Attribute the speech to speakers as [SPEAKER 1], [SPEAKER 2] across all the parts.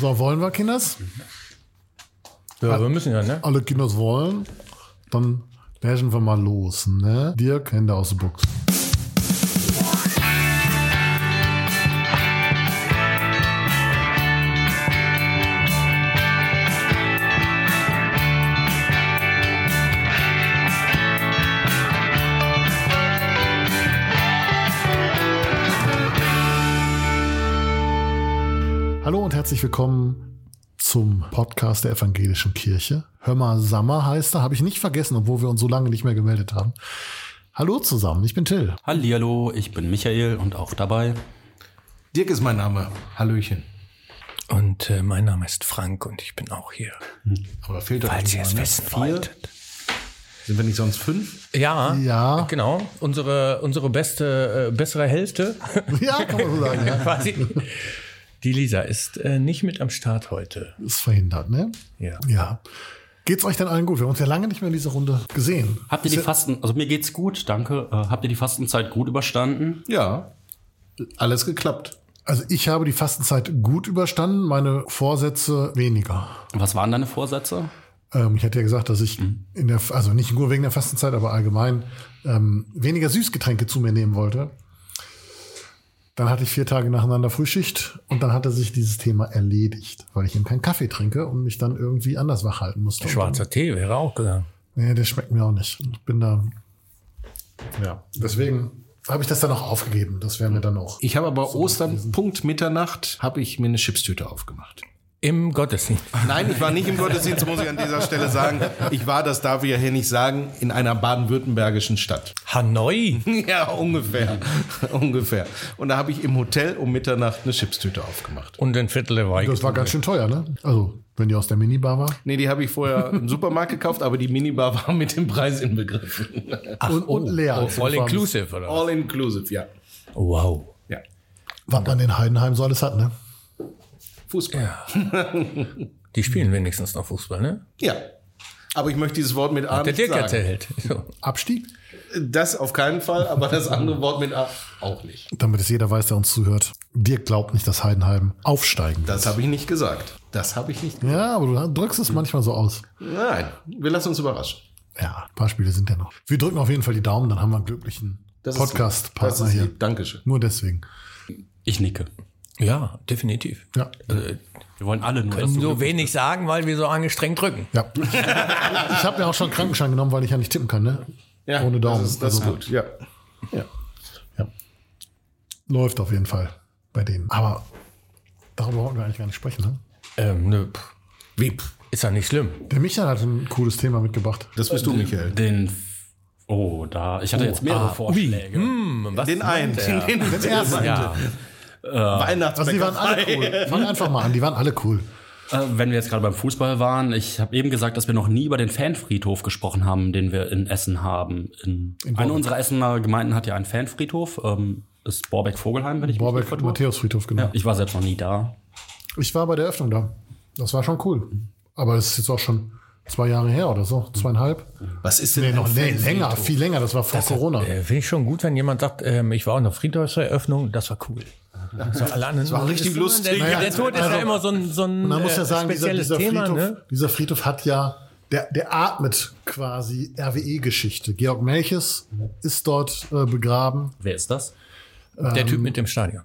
[SPEAKER 1] So, wollen wir Kinders?
[SPEAKER 2] Ja, wir müssen ja, ne?
[SPEAKER 1] Alle Kinders wollen. Dann läschen wir mal los, ne? Dirk, Hände aus der Box. Hallo und herzlich willkommen zum Podcast der Evangelischen Kirche. Hör mal, Sammer heißt er, habe ich nicht vergessen, obwohl wir uns so lange nicht mehr gemeldet haben. Hallo zusammen, ich bin Till.
[SPEAKER 3] Hallihallo, ich bin Michael und auch dabei.
[SPEAKER 4] Dirk ist mein Name. Hallöchen.
[SPEAKER 5] Und äh, mein Name ist Frank und ich bin auch hier.
[SPEAKER 4] Aber da fehlt doch
[SPEAKER 5] Falls ihr es
[SPEAKER 4] ne?
[SPEAKER 5] wissen
[SPEAKER 4] Vier?
[SPEAKER 5] wolltet.
[SPEAKER 4] Sind wir nicht sonst fünf?
[SPEAKER 5] Ja,
[SPEAKER 1] Ja.
[SPEAKER 5] genau. Unsere, unsere beste, äh, bessere Hälfte,
[SPEAKER 1] Ja, kann man so sagen, ja.
[SPEAKER 5] quasi. Die Lisa ist äh, nicht mit am Start heute.
[SPEAKER 1] Ist verhindert, ne?
[SPEAKER 5] Ja.
[SPEAKER 1] Ja. Geht's euch denn allen gut? Wir haben uns ja lange nicht mehr in dieser Runde gesehen.
[SPEAKER 3] Habt ihr die Fasten, also mir geht's gut, danke. Äh, habt ihr die Fastenzeit gut überstanden?
[SPEAKER 4] Ja. Alles geklappt.
[SPEAKER 1] Also ich habe die Fastenzeit gut überstanden, meine Vorsätze weniger.
[SPEAKER 3] Was waren deine Vorsätze?
[SPEAKER 1] Ähm, ich hatte ja gesagt, dass ich
[SPEAKER 5] Mhm.
[SPEAKER 1] in der, also nicht nur wegen der Fastenzeit, aber allgemein ähm, weniger Süßgetränke zu mir nehmen wollte. Dann hatte ich vier Tage nacheinander Frühschicht und dann hatte sich dieses Thema erledigt, weil ich eben keinen Kaffee trinke und mich dann irgendwie anders wach halten musste.
[SPEAKER 5] Schwarzer Tee wäre auch gegangen.
[SPEAKER 1] Nee, der schmeckt mir auch nicht. Ich bin da. Ja, deswegen habe ich das dann auch aufgegeben. Das wäre mir dann auch.
[SPEAKER 4] Ich habe aber Ostern, Punkt Mitternacht, habe ich mir eine Chipstüte aufgemacht.
[SPEAKER 5] Im Gottesdienst.
[SPEAKER 4] Nein, ich war nicht im Gottesdienst, muss ich an dieser Stelle sagen. Ich war, das darf ich ja hier nicht sagen, in einer baden-württembergischen Stadt.
[SPEAKER 5] Hanoi.
[SPEAKER 4] Ja, ungefähr. ungefähr. Und da habe ich im Hotel um Mitternacht eine Chipstüte aufgemacht.
[SPEAKER 5] Und ein Viertel der Weig.
[SPEAKER 1] Das war ganz schön teuer, ne? Also, wenn die aus der Minibar war.
[SPEAKER 4] Nee, die habe ich vorher im Supermarkt gekauft, aber die Minibar war mit dem Preis inbegriffen.
[SPEAKER 1] und, und leer.
[SPEAKER 5] Oh, all inclusive, oder?
[SPEAKER 4] All inclusive, ja.
[SPEAKER 5] Wow.
[SPEAKER 4] ja.
[SPEAKER 1] Was man in Heidenheim so alles hat, ne?
[SPEAKER 4] Fußball.
[SPEAKER 5] Die spielen wenigstens noch Fußball, ne?
[SPEAKER 4] Ja. Aber ich möchte dieses Wort mit A
[SPEAKER 5] Der
[SPEAKER 4] nicht
[SPEAKER 5] Dirk
[SPEAKER 4] sagen.
[SPEAKER 5] erzählt. So.
[SPEAKER 1] Abstieg?
[SPEAKER 4] Das auf keinen Fall, aber das andere Wort mit A auch nicht.
[SPEAKER 1] Damit es jeder weiß, der uns zuhört. Dirk glaubt nicht, dass Heidenheim aufsteigen wird.
[SPEAKER 4] Das habe ich nicht gesagt. Das habe ich nicht.
[SPEAKER 1] Ja, aber du drückst es manchmal so aus.
[SPEAKER 4] Nein, wir lassen uns überraschen.
[SPEAKER 1] Ja, ein paar Spiele sind ja noch. Wir drücken auf jeden Fall die Daumen, dann haben wir einen glücklichen
[SPEAKER 4] Das ist lieb.
[SPEAKER 1] Podcast-Partner
[SPEAKER 4] Das ist
[SPEAKER 1] hier.
[SPEAKER 4] lieb. Dankeschön.
[SPEAKER 1] Nur deswegen.
[SPEAKER 3] Ich nicke.
[SPEAKER 5] Ja, definitiv.
[SPEAKER 1] Ja.
[SPEAKER 3] Wir wollen alle nur, dass
[SPEAKER 5] Können
[SPEAKER 3] du
[SPEAKER 5] so
[SPEAKER 3] glücklich-
[SPEAKER 5] wenig sagen, weil wir so angestrengt drücken.
[SPEAKER 1] Ja. ich habe mir auch schon einen Krankenschein genommen, weil ich ja nicht tippen kann, ne? Ohne Daumen.
[SPEAKER 4] Das ist, das ist
[SPEAKER 1] Also,
[SPEAKER 4] gut. Ja. ja.
[SPEAKER 1] Läuft auf jeden Fall bei denen. Aber darüber wollten wir eigentlich gar nicht sprechen, ne?
[SPEAKER 5] Ähm, nö. pff. Wie? pff, Ist ja nicht schlimm.
[SPEAKER 1] Der Michael hat ein cooles Thema mitgebracht.
[SPEAKER 4] Das bist du, Michael.
[SPEAKER 3] Den. Oh, da. Ich hatte jetzt mehrere Vorschläge.
[SPEAKER 5] Hm, was
[SPEAKER 4] Den einen. Den, den ersten.
[SPEAKER 5] Ja.
[SPEAKER 1] Also die waren alle cool. Fang einfach mal an, die waren alle cool.
[SPEAKER 3] Äh, wenn wir jetzt gerade beim Fußball waren, ich habe eben gesagt, dass wir noch nie über den Fanfriedhof gesprochen haben, den wir in Essen haben. In, eine unserer Essener Gemeinden hat ja einen Fanfriedhof. Ähm, ist Borbeck-Vogelheim, wenn ich
[SPEAKER 1] Borbeck und
[SPEAKER 3] mich nicht vertue.
[SPEAKER 1] Matthäusfriedhof, genau.
[SPEAKER 3] Ja, ich war selbst noch nie da.
[SPEAKER 1] Ich war bei der Eröffnung da. Das war schon cool. Aber das ist jetzt auch schon zwei Jahre her oder so, zweieinhalb.
[SPEAKER 4] Was ist denn
[SPEAKER 1] Nee, noch
[SPEAKER 4] ein
[SPEAKER 1] nee,
[SPEAKER 4] Fan-
[SPEAKER 1] länger, viel länger. Das war vor Corona.
[SPEAKER 5] Äh, Finde ich schon gut, wenn jemand sagt, ähm, ich war auf einer Friedhofseröffnung, das war cool. So, alle anderen,
[SPEAKER 1] war richtig
[SPEAKER 5] ist immer-
[SPEAKER 1] lustig.
[SPEAKER 5] Der,
[SPEAKER 1] Naja,
[SPEAKER 5] der Tod ist
[SPEAKER 1] also-
[SPEAKER 5] ja immer so ein, so ein
[SPEAKER 1] Und man muss ja
[SPEAKER 5] äh,
[SPEAKER 1] sagen, dieser,
[SPEAKER 5] spezielles
[SPEAKER 1] dieser,
[SPEAKER 5] Thema.
[SPEAKER 1] Friedhof,
[SPEAKER 5] ne?
[SPEAKER 1] dieser Friedhof hat ja, der, der atmet quasi RWE-Geschichte. Georg Melches ist dort äh, begraben.
[SPEAKER 3] Wer ist das?
[SPEAKER 1] ähm,
[SPEAKER 5] Der Typ mit dem Stadion.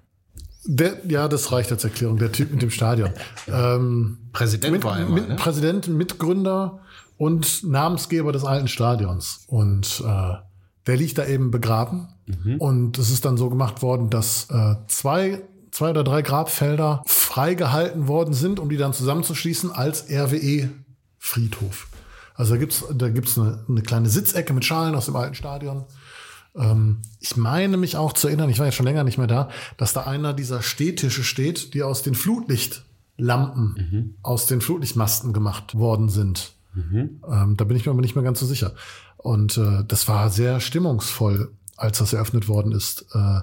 [SPEAKER 1] Der, ja, das reicht als Erklärung. Der Typ mit dem Stadion. ähm,
[SPEAKER 4] Präsident
[SPEAKER 1] mit,
[SPEAKER 4] war er
[SPEAKER 1] mit
[SPEAKER 4] mal, ne?
[SPEAKER 1] Präsident, Mitgründer und Namensgeber des alten Stadions. Und äh, der liegt da eben begraben.
[SPEAKER 4] Mhm.
[SPEAKER 1] Und es ist dann so gemacht worden, dass äh, zwei, zwei oder drei Grabfelder freigehalten worden sind, um die dann zusammenzuschließen als RWE-Friedhof. Also da gibt's da gibt's eine, eine kleine Sitzecke mit Schalen aus dem alten Stadion. Ich meine mich auch zu erinnern, ich war jetzt schon länger nicht mehr da, dass da einer dieser Stehtische steht, die aus den Flutlichtlampen, aus den Flutlichtmasten gemacht worden sind. Ähm, da bin ich mir aber nicht mehr ganz so sicher. Und äh, das war sehr stimmungsvoll, als das eröffnet worden ist. Äh,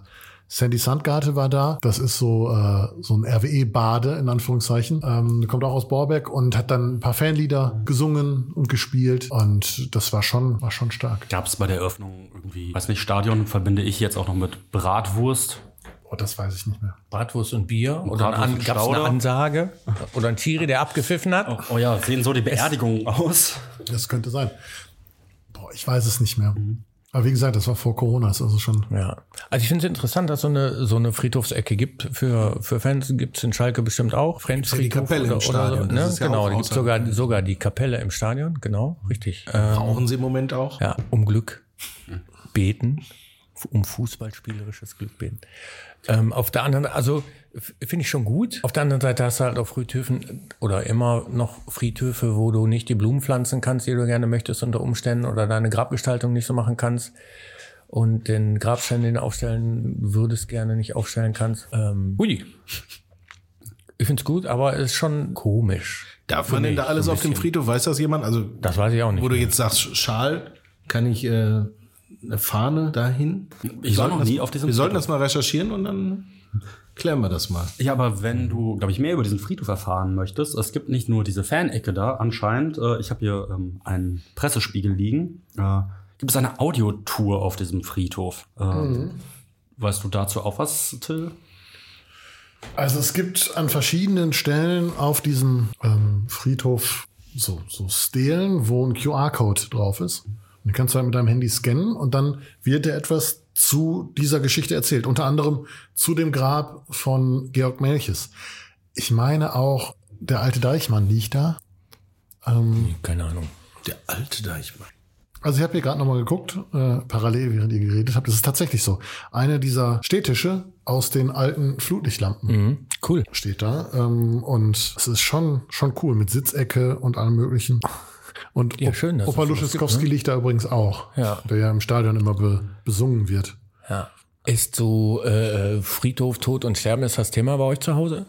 [SPEAKER 1] Sandy Sandgarte war da. Das ist so, äh, so ein RWE-Bade, in Anführungszeichen. Ähm, kommt auch aus Borbeck und hat dann ein paar Fanlieder gesungen und gespielt. Und das war schon, war schon stark.
[SPEAKER 3] Gab es bei der Eröffnung irgendwie, weiß nicht, Stadion verbinde ich jetzt auch noch mit Bratwurst.
[SPEAKER 1] Oh, das weiß ich nicht mehr.
[SPEAKER 5] Bratwurst und Bier oder
[SPEAKER 3] Bratwurst
[SPEAKER 5] an,
[SPEAKER 3] und
[SPEAKER 5] gab's eine
[SPEAKER 3] Stauder.
[SPEAKER 5] Ansage oder ein Tiere, der abgepfiffen hat.
[SPEAKER 3] Oh ja, sehen so die Beerdigungen aus.
[SPEAKER 1] Das könnte sein. Boah, ich weiß es nicht mehr. Aber wie gesagt, das war vor Corona, ist also schon.
[SPEAKER 5] Ja. Also ich finde es interessant, dass so eine so eine Friedhofsecke gibt für für Fans gibt's in Schalke bestimmt auch. Friedhof
[SPEAKER 4] ja die Kapelle im Stadion,
[SPEAKER 5] so,
[SPEAKER 4] das
[SPEAKER 5] ne?
[SPEAKER 4] ist ja
[SPEAKER 5] genau,
[SPEAKER 4] auch
[SPEAKER 5] da gibt's
[SPEAKER 4] außerhalb.
[SPEAKER 5] sogar sogar die Kapelle im Stadion, genau, richtig. Äh,
[SPEAKER 4] Brauchen sie im Moment auch?
[SPEAKER 5] ja, um Glück
[SPEAKER 4] Hm.
[SPEAKER 5] beten, f- um fußballspielerisches Glück beten. Ähm, auf der anderen, also f- finde ich schon gut. Auf der anderen Seite hast du halt auf Friedhöfen oder immer noch Friedhöfe, wo du nicht die Blumen pflanzen kannst, die du gerne möchtest unter Umständen oder deine Grabgestaltung nicht so machen kannst und den Grabstein, den du aufstellen würdest, gerne nicht aufstellen kannst. Ähm,
[SPEAKER 3] Ui.
[SPEAKER 5] ich finde es gut, aber es ist schon komisch.
[SPEAKER 4] Darf man denn da alles auf dem Friedhof? Weiß das jemand? Also,
[SPEAKER 5] Das weiß ich auch nicht.
[SPEAKER 4] wo du jetzt sagst, Schal, kann ich äh, eine Fahne dahin?
[SPEAKER 3] Ich war noch
[SPEAKER 4] das,
[SPEAKER 3] nie auf diesem
[SPEAKER 4] Wir sollten das mal recherchieren und dann klären wir das mal.
[SPEAKER 3] Ja, aber wenn du, glaube ich, mehr über diesen Friedhof erfahren möchtest, es gibt nicht nur diese Fan-Ecke da, anscheinend. Äh, ich habe hier ähm, einen Pressespiegel liegen. Äh, gibt es eine Audiotour auf diesem Friedhof? Äh, Weißt du dazu auch was, Till?
[SPEAKER 1] Also es gibt an verschiedenen Stellen auf diesem ähm, Friedhof so, so Stelen, wo ein QR-Code drauf ist. Und den kannst du halt mit deinem Handy scannen und dann wird dir etwas zu dieser Geschichte erzählt. Unter anderem zu dem Grab von Georg Melches. Ich meine auch, der alte Deichmann liegt da. Ähm,
[SPEAKER 5] Keine Ahnung.
[SPEAKER 4] Der alte Deichmann.
[SPEAKER 1] Also ich habe hier gerade nochmal geguckt, äh, parallel, während ihr geredet habt. Das ist tatsächlich so. Einer dieser Stehtische aus den alten Flutlichtlampen.
[SPEAKER 5] Mhm. Cool.
[SPEAKER 1] steht da. Ähm, und es ist schon, schon cool mit Sitzecke und allem möglichen. Und
[SPEAKER 5] Ja,
[SPEAKER 1] Op-
[SPEAKER 5] schön, dass es
[SPEAKER 1] Opa
[SPEAKER 5] sowas gibt, ne?
[SPEAKER 1] Luschiskowski liegt da übrigens auch,
[SPEAKER 5] Ja.
[SPEAKER 1] der ja im Stadion immer be besungen wird.
[SPEAKER 5] Ja. Ist so äh, Friedhof, Tod und Sterben ist das Thema bei euch zu Hause?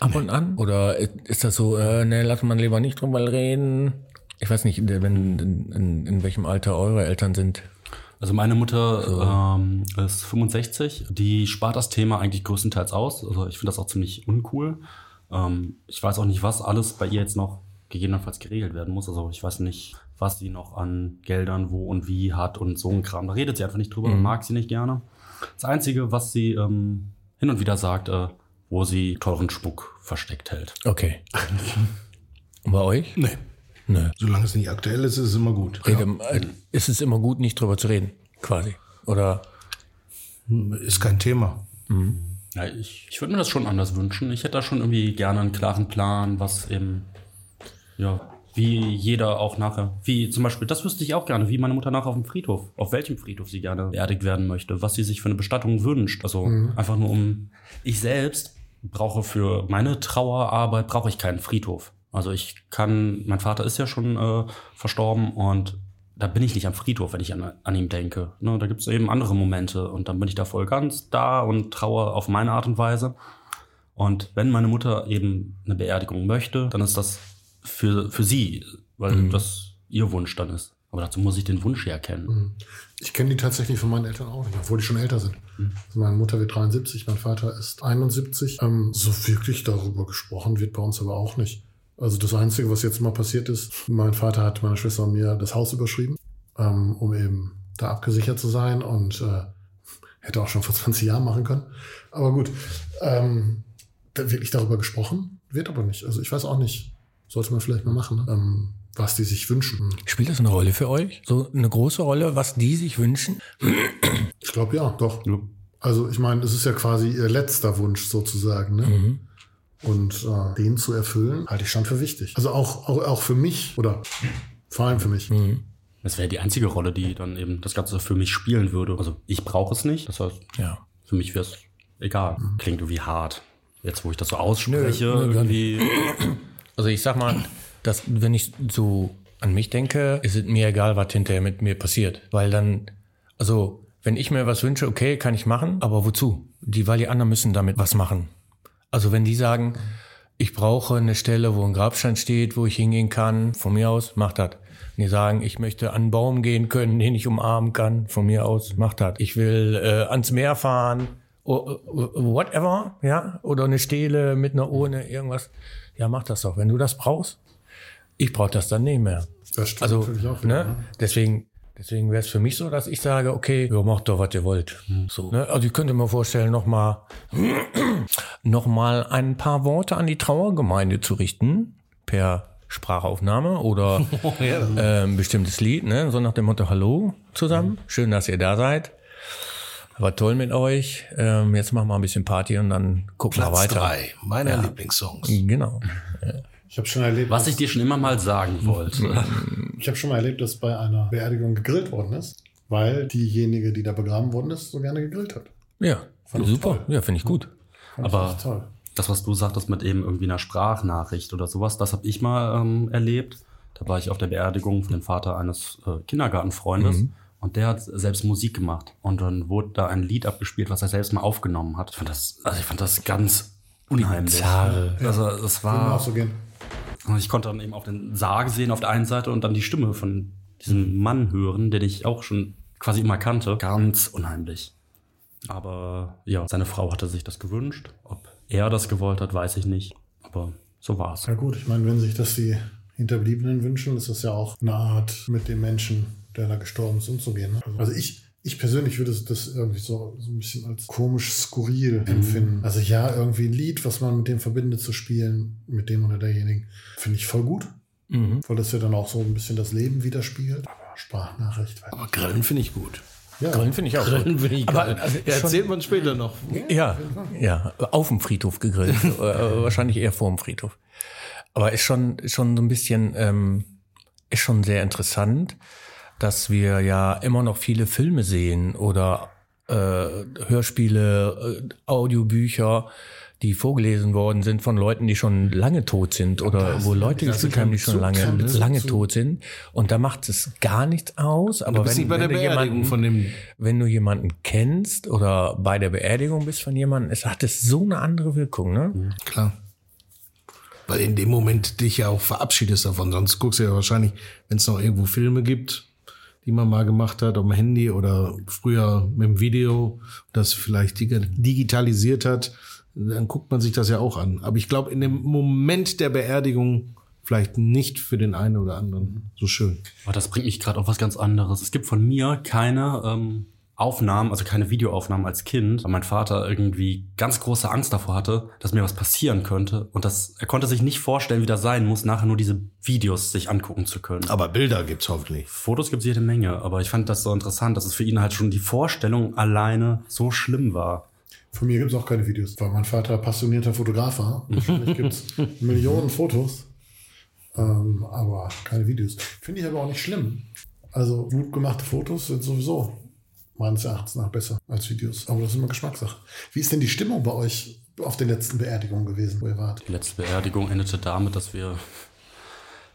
[SPEAKER 5] Ab und an? Oder ist das so, äh, ne, lass man lieber nicht drüber reden? Ich weiß nicht, wenn, in, in, in welchem Alter eure Eltern sind.
[SPEAKER 3] Also meine Mutter ähm, ist 65, die spart das Thema eigentlich größtenteils aus. Also ich finde das auch ziemlich uncool. Ähm, ich weiß auch nicht, was alles bei ihr jetzt noch gegebenenfalls geregelt werden muss. Also ich weiß nicht, was sie noch an Geldern wo und wie hat und so ein Kram. Da redet sie einfach nicht drüber, mag sie nicht gerne. Das Einzige, was sie ähm, hin und wieder sagt, äh, wo sie teuren Schmuck versteckt hält.
[SPEAKER 5] Okay. Und bei euch?
[SPEAKER 4] Nee.
[SPEAKER 5] Nee.
[SPEAKER 4] Solange es nicht aktuell ist, ist es immer gut.
[SPEAKER 5] Rede, äh, ist es immer gut, nicht drüber zu reden, quasi. Oder
[SPEAKER 4] Hm, Ist kein Thema.
[SPEAKER 3] Ja, ich ich würde mir das schon anders wünschen. Ich hätte da schon irgendwie gerne einen klaren Plan, was eben, ja, wie jeder auch nachher, wie zum Beispiel, das wüsste ich auch gerne, wie meine Mutter nachher auf dem Friedhof, auf welchem Friedhof sie gerne beerdigt werden möchte, was sie sich für eine Bestattung wünscht. Also einfach nur um, ich selbst brauche für meine Trauerarbeit, brauche ich keinen Friedhof. Also ich kann, mein Vater ist ja schon äh, verstorben und da bin ich nicht am Friedhof, wenn ich an, an ihm denke. Ne, da gibt es eben andere Momente und dann bin ich da voll ganz da und traue auf meine Art und Weise. Und wenn meine Mutter eben eine Beerdigung möchte, dann ist das für, für sie, weil
[SPEAKER 5] Mhm.
[SPEAKER 3] das ihr Wunsch dann ist. Aber dazu muss ich den Wunsch ja kennen.
[SPEAKER 1] Ich kenne die tatsächlich von meinen Eltern auch nicht, obwohl die schon älter sind. Also meine Mutter wird 73, mein Vater ist 71. Ähm, so wirklich darüber gesprochen wird bei uns aber auch nicht. Also das Einzige, was jetzt mal passiert ist, mein Vater hat meiner Schwester und mir das Haus überschrieben, ähm, um eben da abgesichert zu sein und äh, hätte auch schon vor 20 Jahren machen können. Aber gut, ähm, da wirklich darüber gesprochen wird aber nicht. Also ich weiß auch nicht, sollte man vielleicht mal machen, ne? ähm, was die sich wünschen.
[SPEAKER 5] spielt das eine Rolle für euch? So eine große Rolle, was die sich wünschen?
[SPEAKER 1] Ich glaube ja, doch.
[SPEAKER 3] Ja.
[SPEAKER 1] Also ich meine, es ist ja quasi ihr letzter Wunsch sozusagen.
[SPEAKER 3] Mhm.
[SPEAKER 1] Ne? Und äh, den zu erfüllen, halte ich schon für wichtig. Also auch, auch, auch für mich oder vor allem für mich.
[SPEAKER 3] Mhm. Das wäre die einzige Rolle, die dann eben das Ganze für mich spielen würde. Also ich brauche es nicht. Das heißt,
[SPEAKER 5] Ja.
[SPEAKER 3] für mich wäre es egal. Klingt irgendwie hart. Jetzt, wo ich das so ausspreche,
[SPEAKER 5] Nö, nö, gar
[SPEAKER 3] irgendwie.
[SPEAKER 5] Also ich sag mal, dass wenn ich so an mich denke, ist es mir egal, was hinterher mit mir passiert. Weil dann, also wenn ich mir was wünsche, okay, kann ich machen, aber wozu? Die, weil die anderen müssen damit was machen. Also wenn die sagen, ich brauche eine Stelle, wo ein Grabstein steht, wo ich hingehen kann, von mir aus, macht das. Wenn die sagen, ich möchte an einen Baum gehen können, den ich umarmen kann, von mir aus, macht das. Ich will äh, ans Meer fahren, o- o- whatever, ja, oder eine Stele mit einer Urne, irgendwas. Ja, mach das doch, wenn du das brauchst. Ich brauche das dann nicht mehr.
[SPEAKER 1] Das stimmt
[SPEAKER 5] Also,
[SPEAKER 1] natürlich auch wieder,
[SPEAKER 5] ne?
[SPEAKER 1] ne?
[SPEAKER 5] deswegen Deswegen wäre es für mich so, dass ich sage, okay, ja, macht doch, was ihr wollt. So. Ne? Also ich könnte mir vorstellen, nochmal noch mal ein paar Worte an die Trauergemeinde zu richten per Sprachaufnahme oder äh, ein bestimmtes Lied, ne? so nach dem Motto Hallo zusammen, schön, dass ihr da seid. War toll mit euch. Ähm, jetzt machen wir ein bisschen Party und dann gucken wir
[SPEAKER 4] Platz
[SPEAKER 5] weiter.
[SPEAKER 4] drei meiner Lieblingssongs.
[SPEAKER 5] Genau.
[SPEAKER 1] Ich habe schon erlebt,
[SPEAKER 3] Was ich dir schon immer mal sagen wollte.
[SPEAKER 1] ich habe schon mal erlebt, dass bei einer Beerdigung gegrillt worden ist, weil diejenige, die da begraben worden ist, so gerne gegrillt hat.
[SPEAKER 5] Ja, super. Ja, finde ich gut.
[SPEAKER 1] Fand ich
[SPEAKER 3] Aber-
[SPEAKER 1] echt toll.
[SPEAKER 3] Das, was du sagtest mit eben irgendwie einer Sprachnachricht oder sowas, das habe ich mal ähm, erlebt. Da war ich auf der Beerdigung von dem Vater eines äh, Kindergartenfreundes und der hat selbst Musik gemacht. Und dann wurde da ein Lied abgespielt, was er selbst mal aufgenommen hat. Ich fand das, also ich fand das ganz unheimlich.
[SPEAKER 5] Bizarre.
[SPEAKER 3] Also das
[SPEAKER 1] Würde mir
[SPEAKER 3] war.
[SPEAKER 1] auch so gehen.
[SPEAKER 3] Und ich konnte dann eben auch den Sarg sehen auf der einen Seite und dann die Stimme von diesem Mann hören, den ich auch schon quasi immer kannte. Ganz unheimlich. Aber ja, seine Frau hatte sich das gewünscht. Ob er das gewollt hat, weiß ich nicht. Aber so war's.
[SPEAKER 1] Ja gut, ich meine, wenn sich das die Hinterbliebenen wünschen, ist das ja auch eine Art, mit dem Menschen, der da gestorben ist, umzugehen. Ne? Also ich, ich persönlich würde das irgendwie so, so ein bisschen als komisch skurril empfinden. Also ja, irgendwie ein Lied, was man mit dem verbindet, zu spielen, mit dem oder derjenigen, finde ich voll gut. Weil das ja dann auch so ein bisschen das Leben widerspiegelt. Aber Sprachnachricht. weiß
[SPEAKER 4] Aber Grillen finde ich gut.
[SPEAKER 1] ich- Ja,
[SPEAKER 5] Grillen finde ich auch gut.
[SPEAKER 4] finde ich
[SPEAKER 5] Aber,
[SPEAKER 4] geil.
[SPEAKER 5] also,
[SPEAKER 4] Ja, Erzählt man später noch.
[SPEAKER 5] Ja, ja, auf dem Friedhof gegrillt. äh, wahrscheinlich eher vor dem Friedhof. Aber ist schon, ist schon so ein bisschen, ähm, ist schon sehr interessant, dass wir ja immer noch viele Filme sehen oder äh, Hörspiele, äh, Audiobücher, die vorgelesen worden sind von Leuten, die schon lange tot sind oder wo Leute gefühlt haben, die schon lange, lange tot sind. Und da macht es gar nichts aus. Aber
[SPEAKER 4] Du bist
[SPEAKER 5] wenn,
[SPEAKER 4] nicht bei der
[SPEAKER 5] wenn du
[SPEAKER 4] Beerdigung
[SPEAKER 5] jemanden-
[SPEAKER 4] von dem.
[SPEAKER 5] wenn du jemanden kennst oder bei der Beerdigung bist von jemandem, es hat es so eine andere Wirkung, ne?
[SPEAKER 4] Klar. Weil in dem Moment dich ja auch verabschiedest davon. Sonst guckst du ja wahrscheinlich, wenn es noch irgendwo Filme gibt, die man mal gemacht hat, auf dem Handy oder früher mit dem Video, das vielleicht dig- digitalisiert hat, dann guckt man sich das ja auch an. Aber ich glaube, in dem Moment der Beerdigung vielleicht nicht für den einen oder anderen so schön.
[SPEAKER 3] Aber das bringt mich gerade auf was ganz anderes. Es gibt von mir keine ähm, Aufnahmen, also keine Videoaufnahmen als Kind, weil mein Vater irgendwie ganz große Angst davor hatte, dass mir was passieren könnte. Und das, er konnte sich nicht vorstellen, wie das sein muss, nachher nur diese Videos sich angucken zu können.
[SPEAKER 4] Aber Bilder gibt's hoffentlich.
[SPEAKER 3] Fotos gibt es jede Menge, aber ich fand das so interessant, dass es für ihn halt schon die Vorstellung alleine so schlimm war.
[SPEAKER 1] Von mir gibt es auch keine Videos, weil mein Vater passionierter Fotograf war. Wahrscheinlich gibt es Millionen Fotos, ähm, aber keine Videos. Finde ich aber auch nicht schlimm. Also gut gemachte Fotos sind sowieso meines Erachtens nach besser als Videos. Aber das ist immer Geschmackssache. Wie ist denn die Stimmung bei euch auf den letzten Beerdigungen gewesen, wo ihr wart?
[SPEAKER 3] Die letzte Beerdigung endete damit, dass wir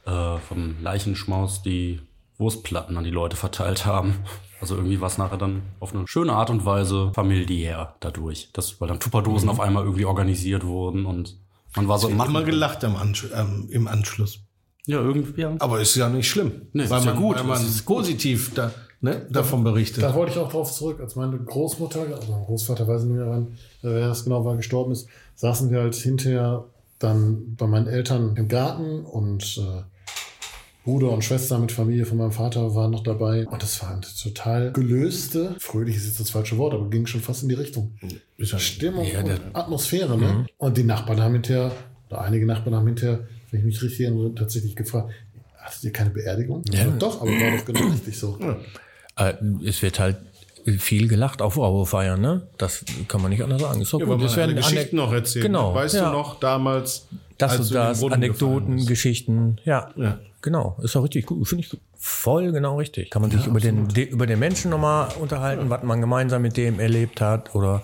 [SPEAKER 3] äh, vom Leichenschmaus die Wurstplatten an die Leute verteilt haben. Also irgendwie war es nachher dann auf eine schöne Art und Weise familiär dadurch. Das, weil dann Tupperdosen auf einmal irgendwie organisiert wurden und man war so im
[SPEAKER 4] Ich
[SPEAKER 3] Machen.
[SPEAKER 4] immer gelacht am Anschl- ähm, im Anschluss.
[SPEAKER 3] Ja, irgendwie. Ja.
[SPEAKER 4] Aber ist ja nicht schlimm.
[SPEAKER 3] Nee,
[SPEAKER 4] weil
[SPEAKER 3] ist ja
[SPEAKER 4] man,
[SPEAKER 3] gut.
[SPEAKER 4] Weil man
[SPEAKER 3] Es
[SPEAKER 4] positiv da, ne, davon berichtet.
[SPEAKER 1] Da wollte ich auch drauf zurück, als meine Großmutter, also mein Großvater weiß nicht mehr wann, äh, wer das genau war, gestorben ist, saßen wir halt hinterher dann bei meinen Eltern im Garten und äh, Bruder und Schwester mit Familie von meinem Vater waren noch dabei. Und das war eine total gelöste, fröhlich ist jetzt das falsche Wort, aber ging schon fast in die Richtung. Stimmung
[SPEAKER 5] Ja,
[SPEAKER 1] und
[SPEAKER 5] der-
[SPEAKER 1] Atmosphäre, ne? Und die Nachbarn haben hinterher, oder einige Nachbarn haben hinterher, wenn ich mich richtig erinnere, tatsächlich gefragt, hattet ihr keine Beerdigung? Ja. Doch, aber war doch genau richtig so.
[SPEAKER 5] Äh, es wird halt viel gelacht auf Feiern, ne? Das kann man nicht anders sagen. Ist doch
[SPEAKER 4] weil
[SPEAKER 5] gut.
[SPEAKER 4] man
[SPEAKER 5] Das werden
[SPEAKER 4] alle Geschichten
[SPEAKER 5] Ane-
[SPEAKER 4] noch erzählen.
[SPEAKER 5] Genau.
[SPEAKER 4] Weißt
[SPEAKER 5] ja.
[SPEAKER 4] du noch damals,
[SPEAKER 5] Das
[SPEAKER 4] als
[SPEAKER 5] und
[SPEAKER 4] du in den
[SPEAKER 5] das,
[SPEAKER 4] Brunnen gefallen
[SPEAKER 5] Anekdoten,
[SPEAKER 4] bist?
[SPEAKER 5] Geschichten. Ja.
[SPEAKER 4] Ja.
[SPEAKER 5] Genau. Ist doch richtig gut. Finde ich voll genau richtig. Kann man sich über den, de, über den Menschen nochmal unterhalten, was man gemeinsam mit dem erlebt hat oder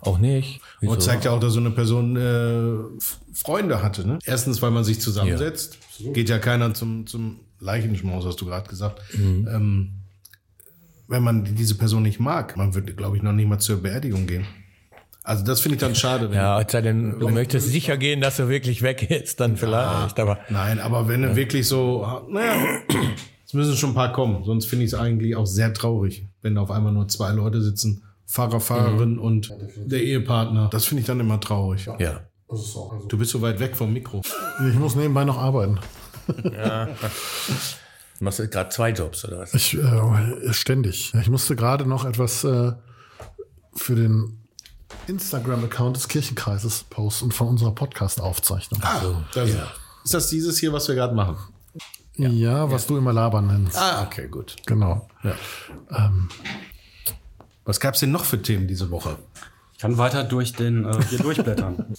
[SPEAKER 5] auch nicht. Wieso?
[SPEAKER 4] Und Oh, zeigt ja auch, dass so eine Person äh, F- Freunde hatte. Ne? Erstens, weil man sich zusammensetzt. Geht ja keiner zum, zum Leichenschmaus, hast du gerade gesagt.
[SPEAKER 5] Mhm.
[SPEAKER 4] Ähm, wenn man diese Person nicht mag, man würde, glaube ich, noch nicht mal zur Beerdigung gehen. Also das finde ich dann schade. wenn-
[SPEAKER 5] Ja, es sei denn, du möchtest sicher gehen, dass er wirklich weg ist, dann vielleicht. Aber
[SPEAKER 4] Nein, aber wenn du wirklich so, naja, es müssen schon ein paar kommen. Sonst finde ich es eigentlich auch sehr traurig, wenn da auf einmal nur zwei Leute sitzen. Fahrer, Fahrerin und der Ehepartner. Das finde ich dann immer traurig.
[SPEAKER 5] Mhm. ja.
[SPEAKER 1] Das ist auch, also
[SPEAKER 4] Du bist so weit weg vom Mikro.
[SPEAKER 1] Ich muss nebenbei noch arbeiten.
[SPEAKER 5] Du machst gerade zwei Jobs oder was?
[SPEAKER 1] Ich, äh, ständig. Ich musste gerade noch etwas äh, für den Instagram-Account des Kirchenkreises posten und von unserer Podcast-Aufzeichnung.
[SPEAKER 4] Ah, das Ist das dieses hier, was wir gerade machen?
[SPEAKER 1] ja, was du immer labern nennst.
[SPEAKER 4] Ah, okay, gut.
[SPEAKER 1] Genau.
[SPEAKER 4] Was gab es denn noch für Themen diese Woche?
[SPEAKER 3] Ich kann weiter durch den äh, hier durchblättern.